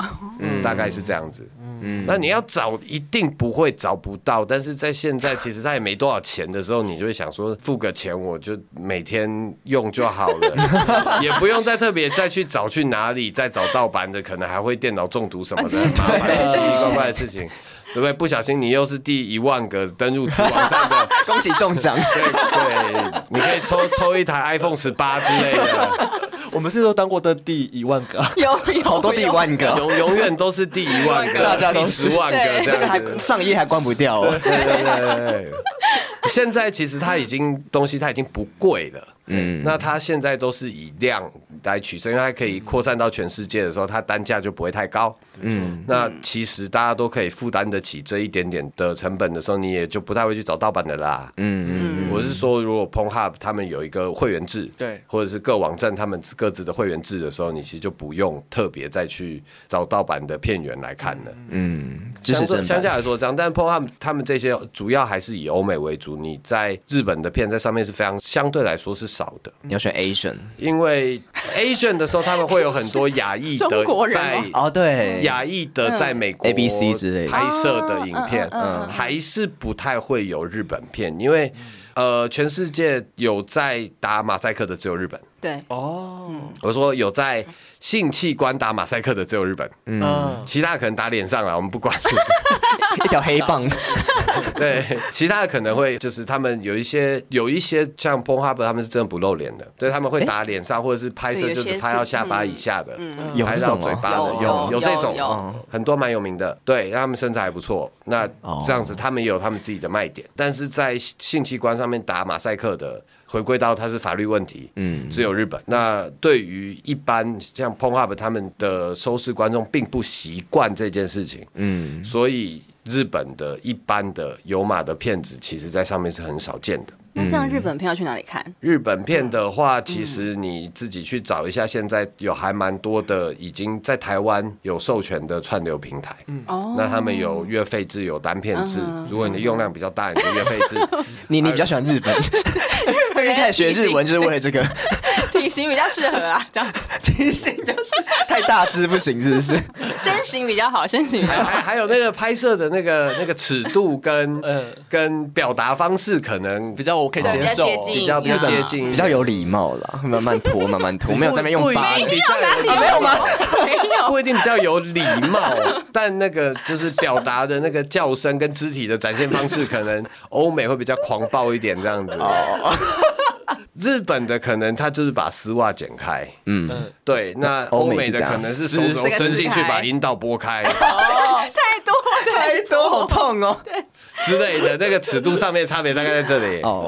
S5: 大概是这样子。
S1: 嗯
S5: 那你要找一定不会找不到，但是在现在其实他也没多少钱的时候，你就会想说付个钱我就每天用就好了， 也不用再特别再去找去哪里再找盗版的，可能还会电脑中毒什么的，
S1: 啊
S5: 麻烦奇奇怪怪的事情，对不对？不小心你又是第一万个登入此网站的，
S1: 恭喜中奖。
S5: 对对，你可以抽抽一台 iPhone 十八之类的，
S3: 我们是都当过的第一万个啊，
S2: 有有
S1: 好多地
S2: 有
S1: 万个，
S5: 永永远都是第一万个，
S1: 大家都
S5: 第
S1: 是
S5: 十万个
S2: 对
S5: 这
S1: 那个
S5: 样
S1: 还
S5: 子。
S1: 上页还关不掉哦。
S5: 对对对对对。现在其实它已经东西它已经不贵了，嗯，那它现在都是以量来取胜，因为它可以扩散到全世界的时候，它单价就不会太高。嗯，那其实大家都可以负担得起这一点点的成本的时候，你也就不太会去找盗版的啦。嗯嗯，我是说，如果 PornHub 他们有一个会员制，
S3: 对
S5: 或者是各网站他们各自的会员制的时候，你其实就不用特别再去找盗版的片源来看了。
S1: 支持正
S5: 相对
S1: 版
S5: 相较来说这样，但 p o 他们他们这些主要还是以欧美为主，你在日本的片在上面是非常相对来说是少的，
S1: 你要选 Asian
S5: 因为 Asian 的时候他们会有很多亚裔
S2: 中
S5: 的
S2: 国人
S5: 在
S2: 吗。
S1: 哦，对，
S5: 亚裔
S1: 嗯
S5: 的在美国
S1: ABC 之类的哦嗯
S5: 拍摄的影片，还是不太会有日本片，因为呃，全世界有在打马赛克的只有日本。
S2: 对，
S5: 哦我说有在性器官打马赛克的只有日本，
S3: 嗯，
S5: 其他可能打脸上了，我们不管。
S1: 一条黑棒，
S5: 对，其他的可能会就是他们有一些有一些像 p o n h u b 他们是真的不露脸的，对他们会打脸上，或者是拍摄
S2: 对有
S5: 就
S2: 些嗯
S5: 是拍到下巴以下的，
S1: 有
S5: 拍
S1: 这
S5: 到
S1: 种
S5: 嘴
S1: 哦
S5: 巴的，
S2: 有
S5: 有
S2: 有
S5: 这
S2: 有
S5: 种哦
S2: 有
S5: 很多蛮有名的，对，他们身材还不错。那
S1: 哦
S5: 这样子他们也有他们自己的卖点，但是在性器官上面打马赛克的。回归到它是法律问题，嗯，只有日本。那对于一般像 p o n h u b 他们的收视观众并不习惯这件事情，嗯，所以日本的一般的有码的片子，其实在上面是很少见的。
S2: 那这样日本片要去哪里看？
S5: 日本片的话，其实你自己去找一下，现在有还蛮多的已经在台湾有授权的串流平台。
S2: 哦
S5: 那他们有月费制，有单片制。如果你的用量比较大，你的月费制
S1: 你你比较喜欢日 本，最近开始学日文就是为了这个，
S2: 体型比较适合啊， 这样子
S1: 提醒 就是太大只不行，是不是？
S2: 身形比较好，身形比较
S5: 还
S2: 好。
S5: 还还有那个拍摄的那个那个尺度跟
S3: 嗯
S5: 跟表达方式，可能
S3: 比较我可以接受，
S2: 对比较接近
S5: 比较比较
S2: 嗯
S5: 接近，
S1: 比较有礼貌啦，慢慢拖，慢慢 拖，没有在那边用
S5: 吧？
S1: 拔
S5: 不一
S1: 力
S5: 定。比较有
S1: 啊没有吗？
S2: 没 有，
S5: 不一定比较有礼貌，但那个就是表达的那个叫声跟肢体的展现方式，可能欧美会比较狂暴一点这样子。
S1: 哦
S5: 日本的可能他就是把丝袜剪开，
S3: 嗯
S5: 嗯，对。那
S1: 欧
S5: 欧
S1: 美
S5: 美
S1: 是
S5: 的
S1: 这样
S5: 可能是手
S2: 这
S5: 手
S2: 个
S5: 伸
S2: 撕
S5: 进去
S2: 开
S5: 把阴道拨开
S2: 太多了。
S1: 太哎多，好痛哦！
S5: 之类的，那个尺度上面差别大概在这里。
S1: 哦，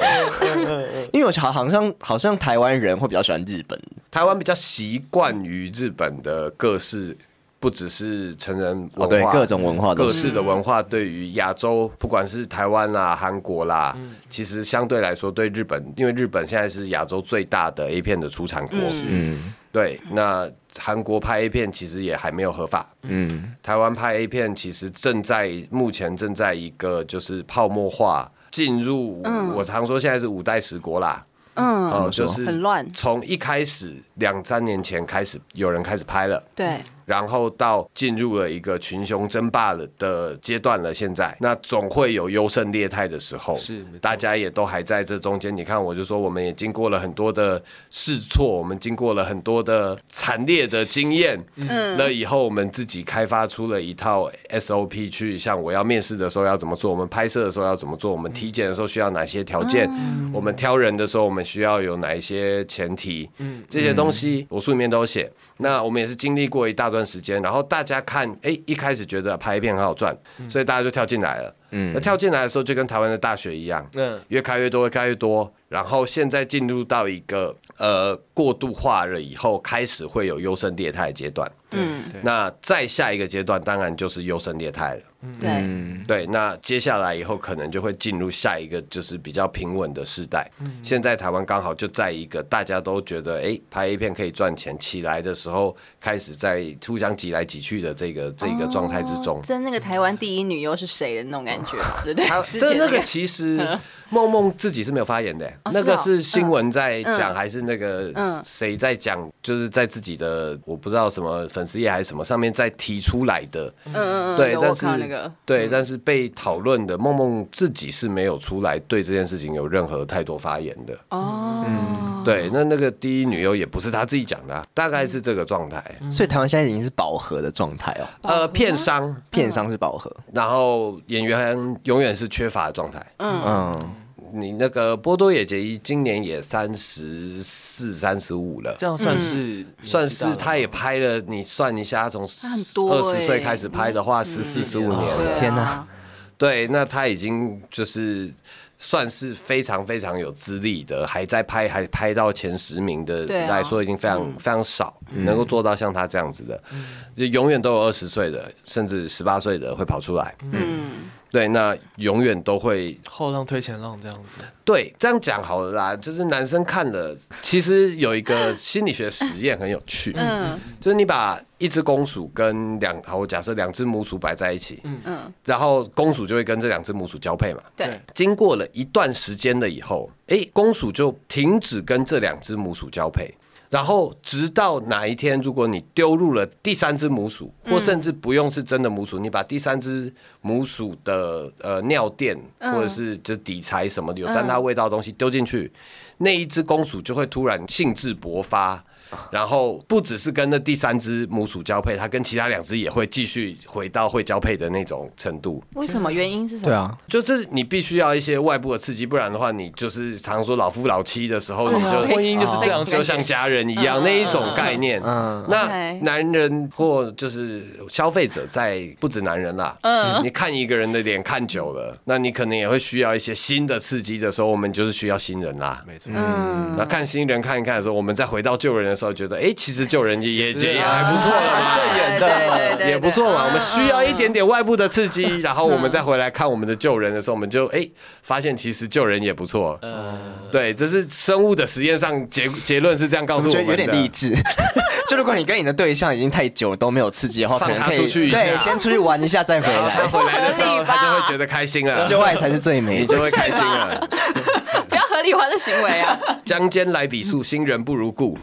S1: 因为我好好像好像台湾人会比较喜欢日本，
S5: 台湾比较习惯于日本的各式，不只是成人文化，
S1: 哦对各种文化都
S5: 各
S1: 是
S5: 式的文化，对于亚洲，不管是台湾啦、韩国啦，其实相对来说，对日本，因为日本现在是亚洲最大的 A 片的出产国，嗯，对，那韩国拍 A 片其实也还没有合法，嗯，台湾拍 A 片其实正在目前正在一个就是泡沫化。进入，我常说现在是五代十国啦，
S2: 嗯，
S5: 哦，
S1: 么说
S5: 就是
S2: 很乱
S5: 从一开始两三年前开始，有人开始拍了。
S2: 对，
S5: 然后到进入了一个群雄争霸了的阶段了，现在那总会有优胜劣汰的时候，
S3: 是没错
S5: 大家也都还在这中间。你看，我就说我们也经过了很多的试错，我们经过了很多的惨烈的经验，嗯，了以后我们自己开发出了一套 SOP 去，像我要面试的时候要怎么做，我们拍摄的时候要怎么做，我们体检的时候需要哪些条件，我们挑人的时候我们需要有哪一些前提，嗯，这些东西我书里面都有写。那我们也是经历过一大段时间，然后大家看，哎，一开始觉得拍片很好赚，所以大家就跳进来了。嗯嗯，那跳进来的时候就跟台湾的大学一样，
S3: 嗯
S5: 嗯，越开越多，越开越多。然后现在进入到一个呃过度化了以后，开始会有优胜劣汰的阶段。
S2: 嗯，
S5: 那再下一个阶段，当然就是优胜劣汰了。
S2: 对，
S5: 对，那接下来以后可能就会进入下一个就是比较平稳的时代。现在台湾刚好就在一个大家都觉得哎、诶拍 A 片可以赚钱起来的时候，开始在互相挤来挤去的这个这哦个状态之中。
S2: 真那个台湾第一女优是谁的那种感觉嘛，对不对
S5: 他？
S2: 之
S5: 这
S2: 前嗯
S5: 那个 其实梦梦自己是没有发言的、
S2: 哦
S5: 那个
S2: 是哦
S5: 是新闻在讲、
S2: 嗯
S5: 还是那个
S2: 嗯
S5: 谁在讲？就是在自己的我不知道什么粉丝页还是什么上面在提出来的，
S2: 嗯嗯嗯，
S5: 对
S2: 有，
S5: 但
S2: 我
S5: 是
S2: 看到那个，嗯
S5: 对，但是被讨论的梦梦自己是没有出来对这件事情有任何太多发言的。
S2: 哦，
S5: 嗯对，那那个第一女优也不是她自己讲的啊、大概是这个状态。
S2: 嗯
S1: 所以台湾现在已经是饱和的状态哦，
S5: 呃，片商，
S1: 片商是饱和，
S5: 然后演员永远是缺乏的状态。
S1: 嗯，
S5: 你那个波多野结衣今年也三十四、三十五了，
S3: 这样
S2: 嗯
S3: 算是
S5: 算是他也拍了。你算一下，他从
S2: 很多
S5: 二十
S2: 欸嗯
S5: 岁开始拍的话，十四、十五年
S2: 对
S5: 了。
S2: 啊
S1: 天哪，
S5: 对，那他已经就是算是非常非常有资历的，还在拍还拍到前十名的
S2: 对啊
S5: 来说，已经非常、非常少能够做到像他这样子的，
S2: 嗯
S5: 就永远都有二十岁的，甚至十八岁的会跑出来。嗯，对，那永远都会
S3: 后浪推前浪这样子，
S5: 对，这样讲好了啦。就是男生看了，其实有一个心理学实验很有趣，嗯，就是你把一只公鼠跟两，好，我假设两只母鼠摆在一起，嗯嗯，然后公鼠就会跟这两只母鼠交配嘛。
S2: 对，
S5: 经过了一段时间了以后，诶，公鼠就停止跟这两只母鼠交配。然后，直到哪一天，如果你丢入了第三只母鼠，或甚至不用是真的母鼠，你把第三只母鼠的呃尿垫或者是就底材什么的有沾它味道的东西丢进去，那一只公鼠就会突然兴致勃发，然后不只是跟那第三只母鼠交配，它跟其他两只也会继续回到会交配的那种程度。
S2: 为什么？原因是什么？
S1: 对，啊，
S5: 就这，你必须要一些外部的刺激，不然的话，你就是常说老夫老妻的时候，你
S2: 啊
S1: 哦
S5: 就
S3: 婚姻就是这样
S5: 就像家人一
S2: 嗯
S5: 样那一种概念。
S1: 嗯
S5: 那
S2: OK
S5: 男人或就是消费者，在不止男人啦，
S2: 嗯
S5: 你看一个人的脸看久了，那你可能也会需要一些新的刺激的时候，我们就是需要新人啦。
S3: 没错，
S2: 嗯，
S5: 那看新人看一看的时候，我们再回到旧人的时候，觉得哎、诶其实旧人也也也
S3: 啊
S5: 还不错了吧，
S3: 顺眼的
S2: 对对对对
S5: 呃也不错嘛。
S2: 嗯
S5: 我们需要一点点外部的刺激，然后我们再回来看我们的旧人的时候，我们就哎、诶发现其实旧人也不错。
S3: 嗯，
S5: 对，这是生物的实验上结结论是这样告
S1: 我
S5: 诉我
S1: 觉得
S5: 们的。
S1: 有点励志。 就如果你跟你的对象已经太久都没有刺激的话，
S5: 放
S1: 可
S5: 他
S1: 能可以
S5: 出去一下
S1: 对，先出去玩一下再回
S5: 然后他
S1: 来，
S5: 回来的时
S2: 不合
S5: 候，
S2: 理吧
S5: 他就会觉得开心了，
S1: 就爱才是最美
S5: 你就
S1: 的。
S5: 会开心了。
S2: 不要合理化的行为啊！
S5: 将间来比数，新人不如故。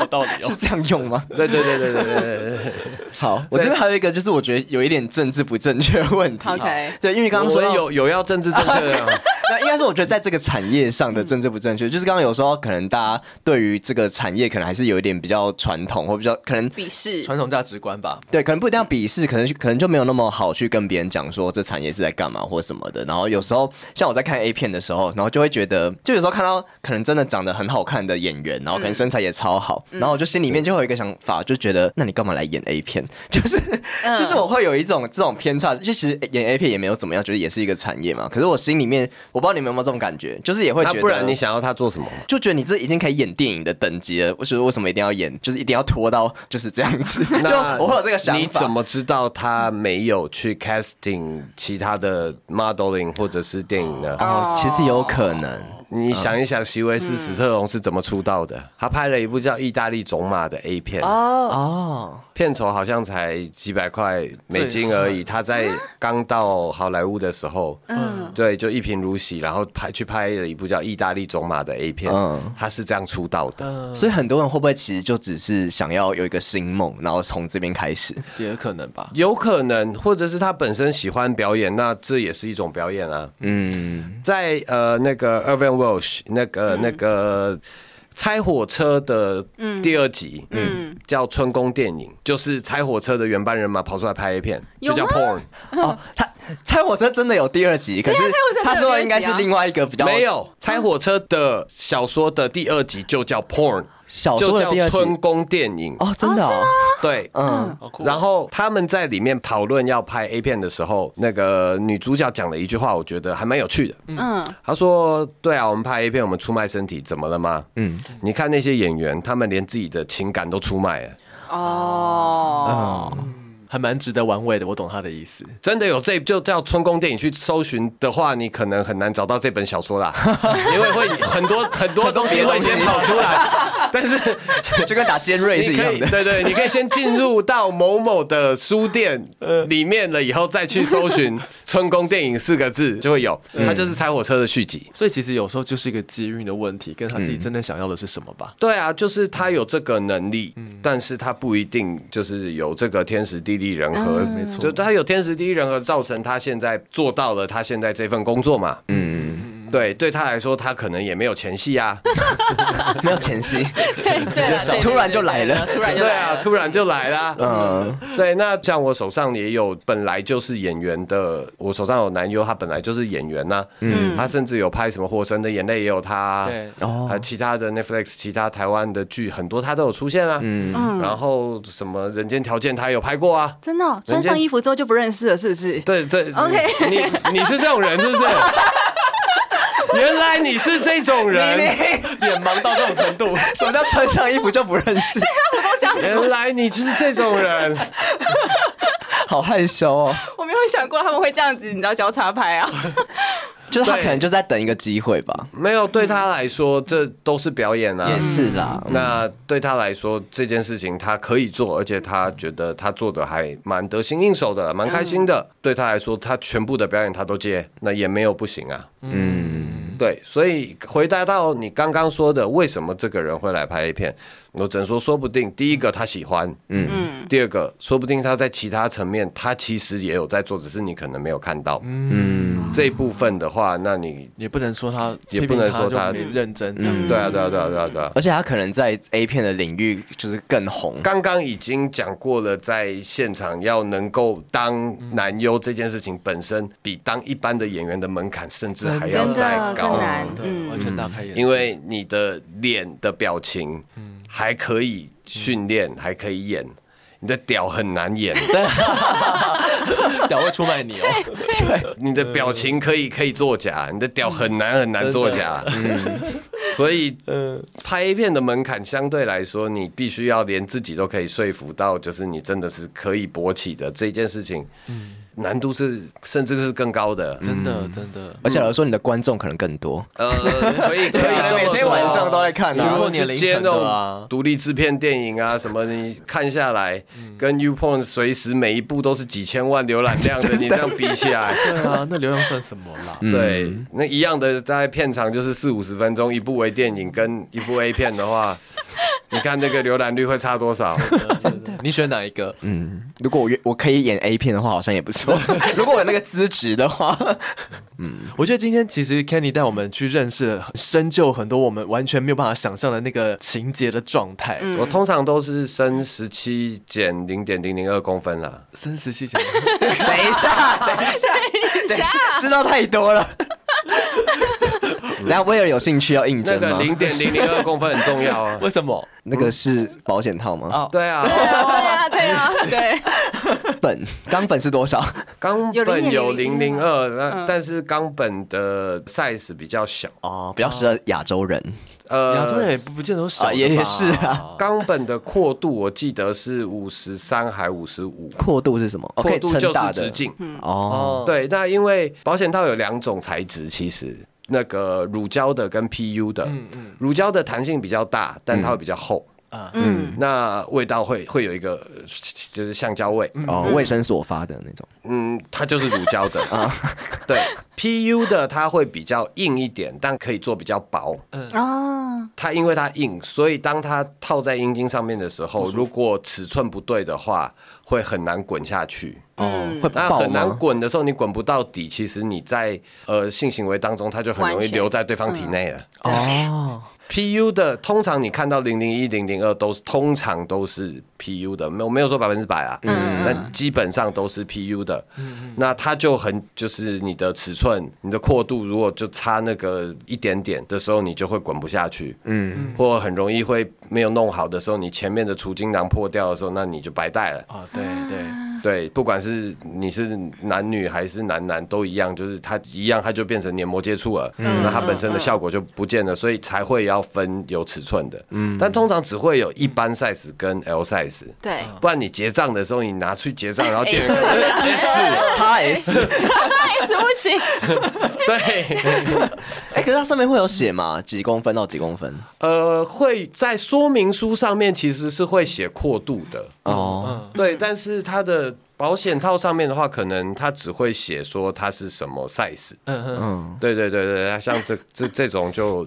S3: 有道理哦
S1: 是。这样用吗？
S5: 对对对对对对对对。
S1: 好，我这边还有一个，就是我觉得有一点政治不正确的问题。
S2: OK
S1: 对，因为刚刚
S5: 我
S1: 说
S5: 们
S1: 到
S5: 有有要政治正确的吗。
S1: 那应该说，我觉得在这个产业上的政治不正确，就是刚刚有说，可能大家对于这个产业可能还是有一点比较传统，或比较可能
S2: 鄙视，
S3: 传统价值观吧，
S1: 对，可能不一定要鄙视，可能可能就没有那么好去跟别人讲说这产业是在干嘛或什么的。然后有时候像我在看 A 片的时候，然后就会觉得，就有时候看到可能真的长得很好看的演员，然后可能身材也超好，然后我就心里面就会有一个想法，就觉得那你干嘛来演 A 片？ 就是、 就是我会有一种这种偏差，就其实演 A 片也没有怎么样，就是也是一个产业嘛。可是我心里面，我不知道你们有没有这种感觉，就是也会
S5: 那
S1: 觉得，
S5: 不然你想要 他做什么？
S1: 就觉得你这已经可以演电影的等级了，我觉得为什么一定要演，就是一定要拖到就是这样子， 就
S5: 那
S1: 我会有这个想法。
S5: 你怎么知道他没有去 casting 其他的 modeling 或者是电影呢？
S1: 哦，其实有可能。
S5: 你想一想，席维斯·史特龙是怎么出道的？他拍了一部叫《意大利种马》的 A 片，
S1: 哦，
S5: 片酬好像才几百块美金而已。他在刚到好莱坞的时候，
S1: 嗯
S5: 对，就一贫如洗，然后拍去拍了一部叫《意大利种马》的 A 片
S1: 嗯，
S5: 他是这样出道的。
S1: 哦所以很多人会不会其实就只是想要有一个新梦，然后从这边开始？
S3: 也有可能吧。
S5: 有可能，或者是他本身喜欢表演，那这也是一种表演啊。
S1: 嗯，
S5: 在呃那个 Irvin Welsh 那个、那个拆火车的第二集，嗯，叫春宫电影，就是拆火车的原班人马跑出来拍 A 片，就
S2: 有
S5: 叫
S2: 吗
S5: porn，
S1: 哦，他拆火车真的有第二集，可是
S2: 对啊拆火车真的有
S1: 他说的应该是另外一个比较
S5: 没有拆火车的小说的第二集就叫 porn，
S1: 小
S5: 就
S1: 说的
S5: 叫
S1: 第二集
S5: 春宫电影，
S1: 哦，真的哦，
S5: 对，
S1: 嗯，
S3: 好酷哦
S5: 然后他们在里面讨论要拍 A 片的时候，那个女主角讲了一句话，我觉得还蛮有趣的。嗯，她说：“对啊，我们拍 A 片，我们出卖身体，怎么了吗？嗯，你看那些演员，他们连自己的情感都出卖了，
S2: 哦，
S5: 嗯
S3: 还蛮值得玩味的，我懂他的意思。
S5: 真的有这就叫春宫电影去搜寻的话，你可能很难找到这本小说 啦，因为会很多很多东西会先跑出来， 但是。”
S1: 就跟打尖锐是
S5: 你
S1: 一
S5: 可以
S1: 样的。
S5: 对对，你可以先进入到某某的书店里面了，以后再去搜寻“春宫电影”四个字就会有，它就是拆火车的续集。
S3: 所以其实有时候就是一个机运的问题，跟他自己真的想要的是什么吧。
S5: 对啊，就是他有这个能力，但是他不一定就是有这个天时地利人和，没错，就他有天时地利人和，造成他现在做到了他现在这份工作嘛，嗯。对，对他来说，他可能也没有前戏啊，
S1: 没有前 戏，
S2: 对对，
S1: 突然就来了
S2: 突然就
S5: 对
S2: 来
S5: 啊，
S2: 了，
S5: 突然就来啦，
S1: 嗯，
S5: 对，那像我手上也有本来就是演员的，我手上有男优，他本来就是演员呐、嗯，他甚至有拍什么《火神的眼泪》也有他，
S3: 对
S1: 哦
S5: 还有其他的 Netflix、其他台湾的剧很多他都有出现啊，嗯，然后什么《人间条件》他也有拍过啊，
S2: 真的哦穿上衣服之后就不认识了，是不是？
S5: 对对
S2: OK
S5: 你你是这种人是不是？原来你是这种人，
S3: 脸盲到这种程度，
S1: 什么叫穿上衣服就不认识？
S5: 原来你就是这种人。
S1: 好害羞哦，
S2: 我没有想过他们会这样子，你知道交叉拍 啊？
S1: 就是他
S5: 对
S1: 可能就在等一个机会吧。
S5: 没有，对他来说这都是表演啊。
S1: 也是啦，
S5: 那对他来说这件事情他可以做，而且他觉得他做的还蛮得心应手的，蛮开心的。对他来说，他全部的表演他都接，那也没有不行啊。嗯，对。所以回答到你刚刚说的，为什么这个人会来拍 A 片？我只能说，说不定第一个他喜欢，嗯嗯；第二个，说不定他在其他层面他其实也有在做，只是你可能没有看到。嗯，这一部分的话，那你
S3: 也不能说他，
S5: 也不能说他
S3: 批评就没认真这样。
S5: 对啊，对啊，对啊，对啊，对啊。
S1: 而且他可能在 A 片的领域就是更红。
S5: 刚刚已经讲过了，在现场要能够当男优这件事情本身，比当一般的演员的门槛甚至还
S2: 嗯
S5: 要
S2: 真
S5: 再
S2: 的
S5: 高
S2: 更，难，
S3: 哦对，
S2: 嗯，
S3: 完全大开眼界。
S5: 因为你的脸的表情还可以训练，还可以演，你的屌很难演，
S3: 屌会出卖你哦，
S5: 你的表情可以可以作假，你的屌很难很难作假，嗯，所 以拍 A 片的门槛相对来说，你必须要连自己都可以说服到，就是你真的是可以勃起的这件事情，难度是甚至是更高嗯的，
S3: 真的真的。
S1: 而且老实说，你的观众可能更多，
S5: 呃，可以可以
S1: 啊
S5: 这
S1: 每
S5: 么
S1: 天晚
S5: 说。
S1: 上都在看
S5: 如
S1: 啊。
S5: 果
S3: 果
S5: 你
S3: 你
S5: 是
S3: 凌
S5: 接
S3: 晨
S5: 那
S3: 的啊
S5: 种独立制片电影啊什么，你看下来跟 U Porn 随时每一部都是几千万浏览 量的，你这样比起来，
S3: 对啊，那流量算什么
S1: 嗯
S3: 啦？
S5: 对，那一样的在片场就是四五十分钟，一部微电影跟一部 A 片的 话，你看那个浏览率会差多少？
S3: 你选哪一个？
S1: 如果我愿我可以演 A 片的话，好像也不 错。如果我有那个资质的 话，
S3: 我觉得今天其实 Kenny 带我们去认识、深究很多我们完全没有办法想象的那个情节的状态。
S2: 嗯
S1: 嗯
S5: 我通常都是升十七减零点零零二公分啦。
S3: 生死细节，
S1: 等一下，等一下，等一下，知道太多 了。然后威尔有兴趣要应
S5: 那
S1: 征
S5: 个
S1: 吗？
S5: 零点零零二公分很重 要啊。
S3: 为什么？
S1: 那个是保险套吗？
S3: 啊
S5: 对
S2: 对
S5: 啊，
S2: 啊，对啊，对，
S1: 本冈本是多少？
S5: 冈本有
S2: 有
S5: 零零
S2: 0.002
S5: 二，
S1: 嗯
S5: 那但是冈本的 size 比较小。
S1: 哦，比较适合亚洲人。
S5: 呃，
S3: 亚洲人也不不见得都少、
S1: 啊也也是啊。
S5: 冈本的阔度我记得是五十三还五十五，
S1: 阔度是什么？哦，可
S5: 阔
S1: 以
S5: 度
S1: 撑
S5: 就
S1: 大
S5: 是
S1: 的
S5: 直径。
S1: 哦。
S3: 哦，
S5: 对，那因为保险套有两种材质，其实那个乳胶的跟 PU 的，乳胶的弹性比较大，但它会比较厚，
S2: 嗯，
S5: 那味道会会有一个呃就是橡胶味，
S1: 哦，卫生所发的那种，
S5: 嗯，它就是乳胶的啊。对，PU 的它会比较硬一点，但可以做比较薄。
S2: 哦，
S5: 它因为它硬，所以当它套在阴茎上面的时候，如果尺寸不对的话，会很难滚下去。
S1: 哦，会
S5: 那
S1: 爆
S5: 很难
S1: 吗？
S5: 滚的时候，你滚不到底，其实你在呃性行为当中，它就很容易
S2: 完全嗯
S5: 留在对方体内了。
S1: 哦，
S5: PU 的通常你看到零零一、零零二都是通常都是 PU 的，没有没有说百分之百啊，
S2: 嗯
S5: 但基本上都是 PU 的。
S1: 嗯
S5: 那它就很就是你的尺寸、你的阔度，如果就差那个一点点的时候，你就会滚不下去，嗯，或很容易会没有弄好的时候，你前面的储精囊破掉的时候，那你就白带了。
S3: 啊，对对，
S5: 对，不管是你是男女还是男男都一样，就是它一样，它就变成黏膜接触了，那它本身的效果就不见了，所以才会要分有尺寸的。嗯，但通常只会有一般 size 跟 L size，
S2: 对，
S5: 不然你结账的时候你拿去结账，然后店员
S1: S 叉 S，
S2: 那一哎直不行，
S5: 对，
S1: 哎，可是它上面会有写嘛？几公分到几公分？
S5: 呃，会在说明书上面其实是会写阔度的，
S1: 哦，
S3: 嗯
S5: 对，但是它的保险套上面的话，可能它只会写说它是什么 size。
S3: 嗯嗯，
S1: 嗯，
S5: 对对对对，像这 这这种就，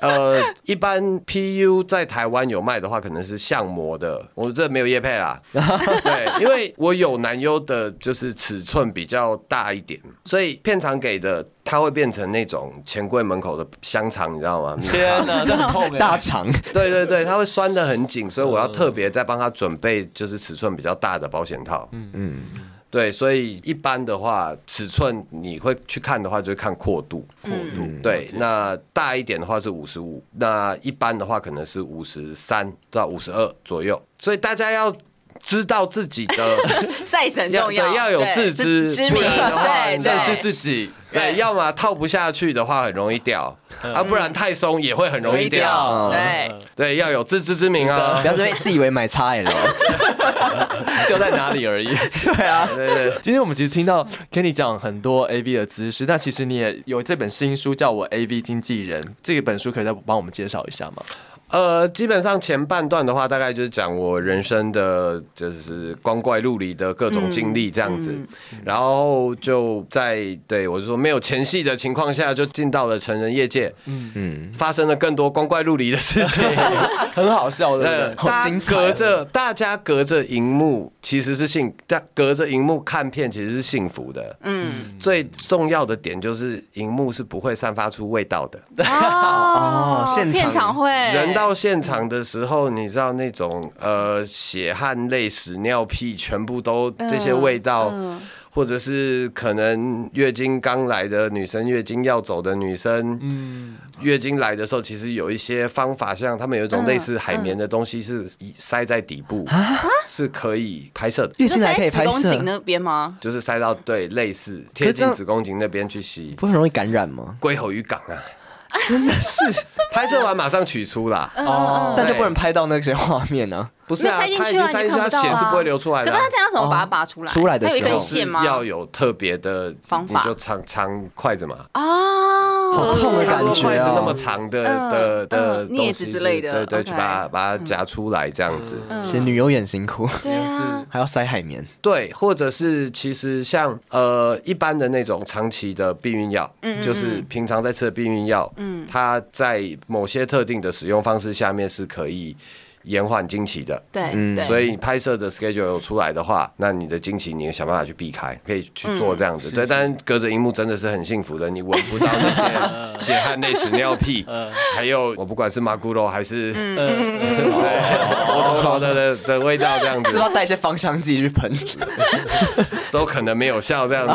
S5: 呃，一般 PU 在台湾有卖的话，可能是相模的，我这没有业配啦。对，因为我有男优的，就是尺寸比较大一点，所以片场给的它会变成那种钱柜门口的香肠，你知道吗？
S3: 天哪，这很痛哎，
S1: 大肠，
S5: 对对对，它会拴得很紧，所以我要特别再帮他准备，就是尺寸比较大的保险套。嗯嗯，对，所以一般的话，尺寸你会去看的话，就是看阔度。
S3: 破度，
S5: 对，那大一点的话是五十五，那一般的话可能是五十三到五十二左右，所以大家要。知道自己的
S2: size 很重
S5: 要对
S2: 要，
S5: 要有
S2: 对
S5: 自知，
S2: 知
S5: 不
S2: 明，
S5: 然的话
S2: 对
S5: 你认识
S2: 对，
S5: 自己，对，要么套不下去的话很容易掉，啊，不然太松也会很容易掉。
S1: 嗯
S2: 对，
S5: 对，要有自知之明啊
S1: 不。要这边自以为买哎 XL，
S3: 掉在哪里 而已。
S1: 对啊，
S5: 对对，
S3: 今天我们其实听到 Kenny 讲很多 A V 的知识，那其实你也有这本新书叫《我 A V 经纪人》，这本书可以再帮我们介绍一下吗？
S5: 呃，基本上前半段的话，大概就是讲我人生的就是光怪陆离的各种经历这样子，然后就在对我就说没有前戏的情况下，就进到了成人业界，嗯嗯，发生了更多光怪陆离的事 情。
S3: 很好笑，对不
S5: 呃，
S3: 对？
S1: 好
S5: 大
S1: 精
S5: 家
S1: 彩
S5: 隔着大家隔着荧幕其实是幸，但隔着荧幕看片其实是幸福的。
S2: 嗯，
S5: 最重要的点就是，荧幕是不会散发出味道的。
S1: 哦
S2: 哦
S1: 现场
S2: 片场会
S5: 人到现场的时候，你知道那种呃血汗泪、屎尿屁，全部都这些味道，
S2: 嗯
S5: 或者是可能月经刚来的女生、月经要走的女生，
S2: 嗯
S5: 月经来的时候，其实有一些方法，像他们有一种类似海绵的东西，是塞在底部，
S2: 啊
S5: 是可以拍摄的。
S1: 月
S2: 你
S1: 经
S2: 是
S1: 来可以
S2: 在子
S1: 拍
S2: 宫
S1: 摄，
S2: 颈那边吗？
S5: 就是塞到对类似
S1: 是
S5: 贴
S1: 这
S5: 近
S1: 样
S5: 子宫颈那边去吸，
S1: 不是很容易感染吗？
S5: 龟吼鱼港啊，
S1: 真的是，
S5: 拍摄完马上取出啦，
S3: 哦
S1: 但就不能拍到那些画面呢。
S5: 不是
S2: 塞
S5: 啊，它
S2: 进
S5: 已
S2: 去了
S5: 经塞
S2: 你
S5: 进去，
S2: 看
S5: 它
S2: 不到啊
S5: 血是不会流出来
S2: 可是
S5: 的啊。
S2: 他这样怎么把它拔出来？
S1: 哦出来的
S2: 它有一
S1: 时候
S2: 根
S1: 是
S2: 线吗？
S5: 要有特别的
S2: 方法
S5: 你就长长筷子嘛，
S2: 哦，
S1: 好痛的感觉哦
S5: 筷子那么长的
S2: 嗯
S5: 的的
S2: 嗯镊子
S5: 东西
S2: 之类的
S5: 对对，
S2: OK 嗯
S5: 去把它把它夹出来这样子。
S1: 写女优也很辛苦，
S2: 对啊，
S1: 还要塞海绵，
S5: 对，或者是其实像呃一般的那种长期的避孕药，
S2: 嗯
S5: 就是平常在吃的避孕药，嗯，它在某些特定的使用方式下面是可以延缓经期的。
S2: 对
S1: 嗯
S2: 对，
S5: 所以你拍摄的 schedule 有出来的话，那你的经期你也想办法去避开，可以去做这样子。对，但嗯是隔着荧幕真的是很幸福的，你闻不到那 些血汗泪、屎尿屁，还有我不管是马古罗还是 我头头的的的味道这样
S1: 是不是
S5: 子，
S1: 要带一些芳香剂去喷，
S5: 都可能没有效这样 子。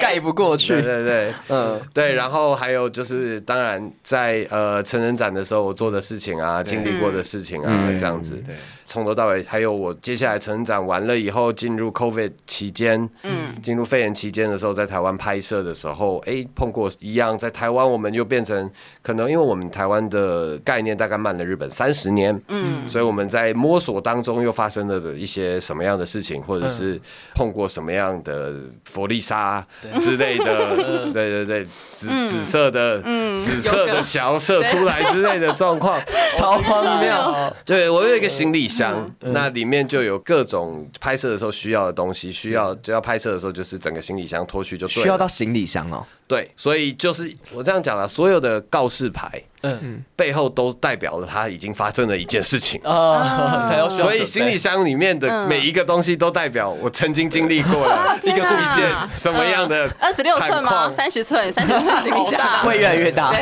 S1: 盖不过
S5: 对
S1: 去。
S5: 对对，
S1: 嗯
S5: 嗯，对，然后还有就是，当然在呃成人展的时候，我做的事情啊，经历过的事情啊，
S2: 嗯
S5: 这样子，对，从头到尾，还有我接下来成人展完了以后，进入 COVID 期间，嗯，进入肺炎期间的时候，在台湾拍摄的时候，哎，碰过一样，在台湾我们又变成可能因为我们台湾的概念大概慢了日本三十年，嗯，所以我们在摸索当中又发生了的一些什么样的事情，或者是碰过什么样的佛利沙之类 的，对对对，紫紫色的，紫色的桥射出来之类的状 况，
S1: 超荒谬！
S5: 对我有一个行李箱，
S2: 嗯
S5: 那里面就有各种拍摄的时候需要的东西，需要就要拍摄的时候就是整个行李箱拖去就对了，
S1: 需要到行李箱哦，
S5: 对，所以就是我这样讲了，所有的告示牌，嗯，背后都代表了它已经发生了一件事情。
S3: 啊， 才要需要
S5: 所以行李箱里面的每一个东西都代表我曾经经历 过了一个故事，什么样的
S2: 嗯二十六寸
S5: 惨
S2: 吗？
S5: 况
S2: 三十寸，三十寸行李箱，
S1: 会越来越大，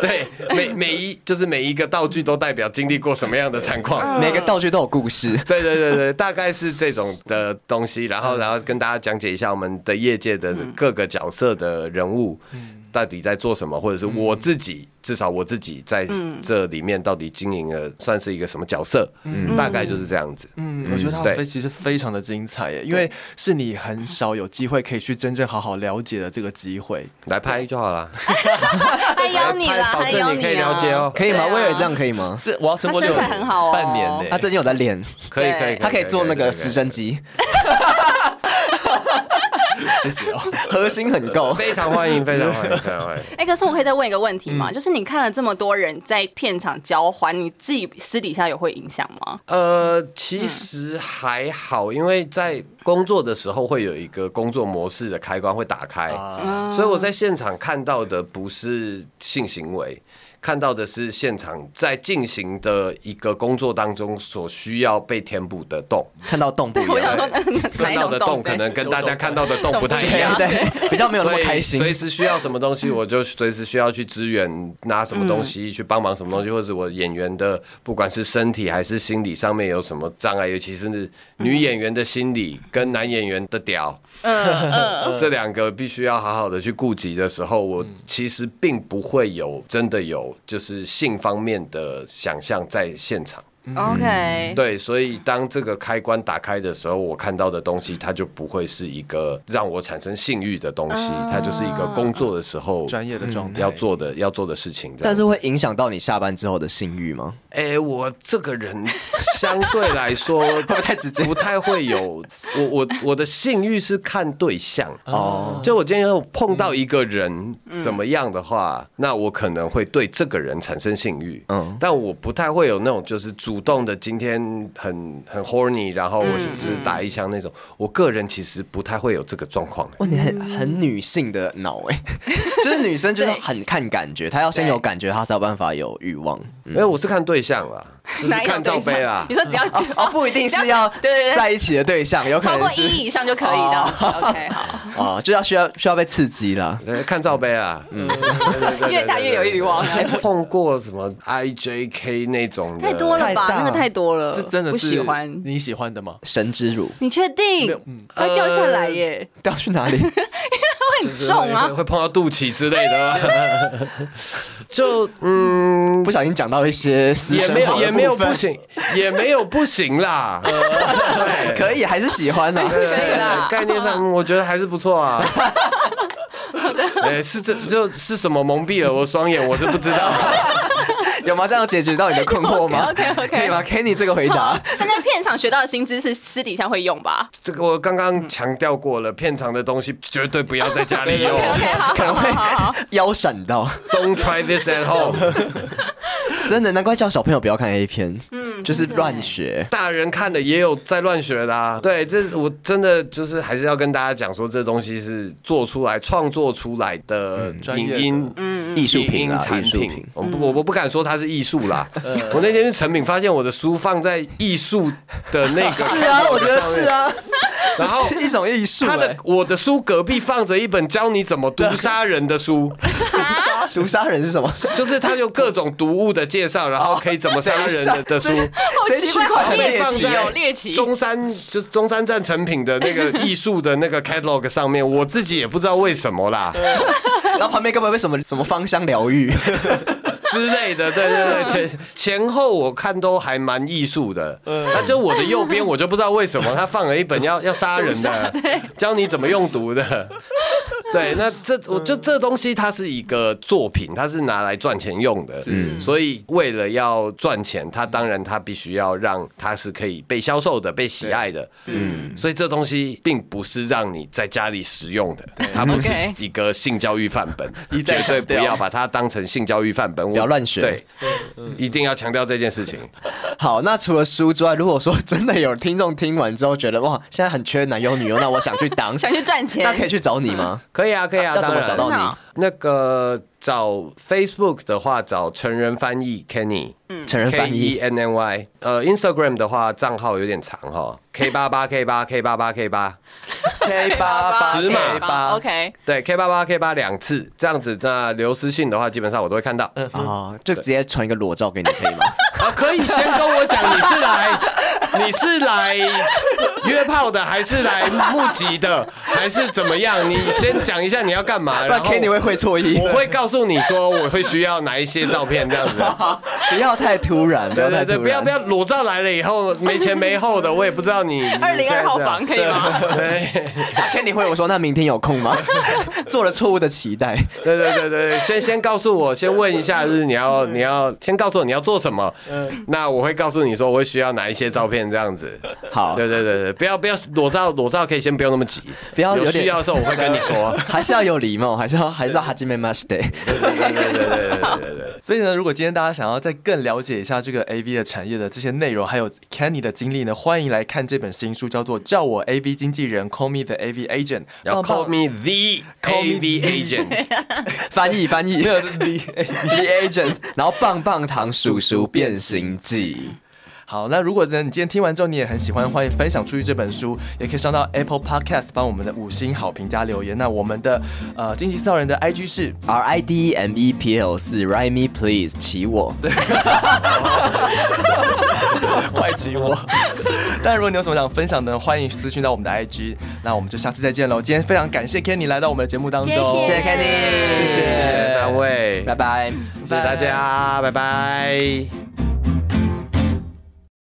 S5: 对，每每一就是每一个道具都代表经历过什么样的惨
S2: 嗯
S5: 况。
S1: 每个道具都有故事。
S5: 对对对对，大概是这种的东西，然
S1: 嗯
S5: 后然后跟大家讲解一下我们的业界的各个角色的人物
S1: 嗯
S5: 到底在做什么，或者是我自己，至少我自己在
S1: 嗯
S5: 这里面到底经营了算是一个什么角色，大概就是这样子。
S3: 嗯，我觉得它
S5: 对
S3: 非其实非常的精彩耶，因为是你很少有机会可以去真正好好了解的这个机会。
S5: 来拍就好了，
S2: 还邀你啦，
S5: 保
S2: 还邀
S5: 证
S2: 你
S5: 可以了解哦，
S1: 可以吗？
S2: 对啊
S1: 威尔这样可以吗？
S3: 这我要撑
S2: 过他身材六很好哦半年呢
S1: 他最近有在练，
S5: 可以
S2: 对
S5: 可以，
S1: 他可以做那个
S5: 可以
S1: 直升， 机。
S2: 哦
S1: 核心很够
S5: 可以可以非常欢迎，非常欢迎，非常欢迎。
S2: 哎、可是我可以再问一个问题
S5: 嗯
S2: 吗？就是你看了这么多人在片场交欢，你自己私底下有会影响吗？
S5: 呃，其实还好，因为在工作的时候会有一个工作模式的开关会打开，所以我在现场看到的不是性行为，看到的是现场在进行的一个工作当中所需要被填补的洞，
S1: 看到动不一
S2: 我
S1: 样，
S2: 想说， 哎哪
S5: 看
S2: 一
S5: 到
S2: 种
S5: 的
S2: 洞
S5: 洞可能跟大家看到的洞不太一
S2: 对
S5: 样
S1: 对。对，比较没有那么
S5: 所以
S1: 开心。
S5: 随时需要什么 东西，我就随时需要去支援，拿什么东
S1: 嗯
S5: 西去帮忙什么东西，或者是我演员的，不管是身体还是心理上面有什么障碍，尤其是女演员的心理跟男演员的屌，
S1: 嗯
S5: 这两个必须要好好的去顾及的时候，
S1: 嗯
S5: 我其实并不会有真的有就是性方面的想象在现场。
S1: 嗯
S2: OK，
S5: 对，所以当这个开关打开的时候，我看到的东西，它就不会是一个让我产生性欲的东西，它就是一个工作的时候
S3: 专业的状态
S5: 要做的要做的事情。这
S1: 嗯
S5: 样
S1: 但
S5: 子
S1: 是会影响到你下班之后的性欲吗？
S5: 哎、我这个人相对来说 不太直接，不太会有我我我的性欲是看对象哦。就我今天要碰到一个人怎么样的话，那我可能会对这个人产生性欲，
S1: 嗯
S5: 嗯，但我不太会有那种就是主动的，今天很很 horny，然后我
S2: 嗯
S5: 就是打一枪那种。我个人其实不太会有这个状况、
S1: 哇，你很很女性的脑哎、 就是女生就是很看感觉，她要先有感觉，她才有办法有欲望。
S5: 因为我是看对象 啦，就是
S2: 哪一种
S5: 看啊罩杯 啦
S2: 你。说只要
S1: 哦 哦，不一定是要
S2: 对对对
S1: 在一起的对象，有可
S2: 超过
S1: 能是
S2: 一以上就可以的。OK，好，
S1: 哦，就要需要需要被刺激 啦。
S5: 对看罩杯啊，嗯，
S2: 越大越有欲望啊
S5: 还哎碰过什么 IJK 那种的
S2: 哎太多了
S1: 太？
S2: 吧
S1: 大
S2: 那个太多了，
S3: 这真的
S2: 不
S3: 是
S2: 喜欢。
S3: 你喜欢的吗？
S1: 神之乳
S2: 你确
S3: 没
S2: 定
S3: 有嗯
S2: 它掉下来耶？
S1: 掉去哪里？
S2: 它很重
S5: 会
S2: 啊！
S5: 会碰到肚脐之类的吗？就嗯，
S1: 不小心讲到一些私
S5: 也
S1: 生
S5: 没有
S1: 活的
S5: 也没有
S1: 部分
S5: 不，行，也没有不行啦。
S1: 可以还是喜欢啊啦。
S5: 对
S2: 可以啦
S5: 概念上我觉得还是不错啊。哎，是这就是什么蒙蔽了我双眼，我是不知 道。
S1: 有吗？这样有解决到你的困惑吗
S2: OK，OK，OK
S1: 可以吗？Kenny 这个回答，
S2: 他在片场学到的薪资是私底下会用吧？
S5: 这个我刚刚强调过了，片场的东西绝对不要在家里用
S2: OK，好，
S1: 哦可能
S2: 好好好好
S1: 会腰闪到。
S5: ，Don't try this at home。
S1: 真的，难怪叫小朋友不要看 A 片，嗯，就是
S2: 真的
S1: 乱学。
S5: 大人看了也有在乱学的啊。对，这我真的就是还是要跟大家讲说，这东西是做出来、创作出来的
S3: 专业的
S5: 影音。
S1: 嗯艺术
S5: 影
S1: 品
S5: 音
S1: 啊，
S5: 产
S1: 艺术
S5: 品
S1: 品，。
S5: 我不我我不敢说它是艺术 啦。
S1: 呃
S5: 我那天去成品，发现我的书放在艺术的那 个
S1: 是啊，我觉得是啊，这
S5: 然后
S1: 是一种艺术、
S5: 他的
S1: 欸。
S5: 我的书隔壁放着一本教你怎么毒杀人的书，
S1: 欸毒杀人是什么？
S5: 就是他有各种毒物的介绍，然后可以怎么杀人的的书
S1: 这。
S2: 好
S1: 这
S2: 奇
S1: 区
S2: 怪，
S1: 块
S2: 好
S1: 很
S2: 猎
S1: 猎
S2: 奇
S1: 奇
S2: 哦，
S1: 欸
S2: 猎奇。
S5: 中山就是中山站成品的那个艺术的那个 catalog 上面，我自己也不知道为什么啦
S1: 然后旁边根本被什么什么芳香疗愈，
S5: 之类的，对对对， 前前后我看都还蛮艺术的，
S3: 嗯
S5: 那就我的右边我就不知道为什么他放了一本要要 杀人的，教你怎么用毒 的。对，那这我
S3: 嗯
S5: 就这东西它是一个作品，它是拿来赚钱用的，所以为了要赚钱，它当然它必须要让它是可以被销售的、被喜爱的，嗯，所以这东西并不是让你在家里使用的，它不是
S2: OK
S5: 一个性教育范 本，
S3: 再嗯强
S5: 绝对不
S3: 调
S5: 要把它当成性教育范本，不
S1: 不要乱学
S5: 对，一定要强调这件事情。
S1: 好，那除了书之外，如果说真的有听众听完之后觉得哇，现在很缺男优女哦优，那我想去当，
S2: 想去赚钱，嗯
S1: 那可以去找你吗？
S5: 可以啊，可以
S1: 要
S5: 啊，
S1: 怎
S5: 当
S1: 么
S5: 然
S1: 找到
S2: 真的哦
S1: 你？
S5: 那个找 Facebook 的话，找成人翻译 Kenny，
S1: 成人
S5: K
S1: 翻
S5: E
S1: 译
S5: N N Y，呃，Instagram 的话账号有点长哈，K 八八 K 八 K 八八 K 八，
S1: K 八
S2: 八
S5: 尺码
S2: 八 OK，
S5: 对，K 八八 K 八两次，这样子那流失信的话，基本上我都会看到。
S1: 啊，就直接传一个裸照给你可 以吗？
S5: 啊，可以先跟我讲你是 来，你是来约炮的，还是来募集的，还是怎么样？你先讲一下你要干嘛，
S1: 不然
S5: 然后
S1: Kenny 会会错意，
S5: 我会告诉你说我会需要哪一些照片这样子。
S1: 不要太突然，不
S5: 对
S1: 要太
S5: 对
S1: 突
S5: 对，
S1: 然，
S5: 不要不要裸照来了以后没前没后的，我也不知道你
S2: 二零二号房。可以吗？
S5: 对
S1: 啊 Kenny 会我说那明天有空吗？ 做了错误的期待，
S5: 对对对对，先先告诉我，先问一下，就是你要你要先告诉我你要做什么，那我会告诉你说我会需要哪一些照片这样子。
S1: 好，
S5: 对对对对，不要不要裸照，裸照可以先不用那么急，
S1: 不要有
S5: 有
S1: 点
S5: 需要的时候我会跟你说。
S1: 还是要有礼貌，还是要还是要哈基梅马 斯 day。
S5: 对对对对对对对对对。
S3: 所以呢，如果今天大家想要再更了解一下这个 A V 的产业的这些内容，还有 Kenny 的经历呢，欢迎来看这本新书，叫做《叫我 A V 经纪人 Call Me the A V Agent》，
S5: 要
S3: 棒棒
S5: call me the
S3: Call
S5: A
S3: me
S5: V agent，
S1: 翻译翻译
S3: 没有 The
S1: ，The Agent，然后棒棒糖叔叔变形记，
S3: 好，那如果呢，你今天听完之后你也很喜欢，欢迎分享出去这本书，也可以上到 Apple Podcast 帮我们的五星好评加留言。那我们的呃经济造人的 IG 是
S1: R I D M E P L 四，Ride me please，骑我。
S3: 快起我。 但如果你有什么想分享的，欢迎私讯到我们的 IG。那我们就下次再见喽。今天非常感谢 Kenny 来到我们的节目当中，
S1: 谢谢 Kenny，
S3: 谢谢
S5: 谢谢三位，
S1: 拜拜。
S5: 谢谢大家，拜拜。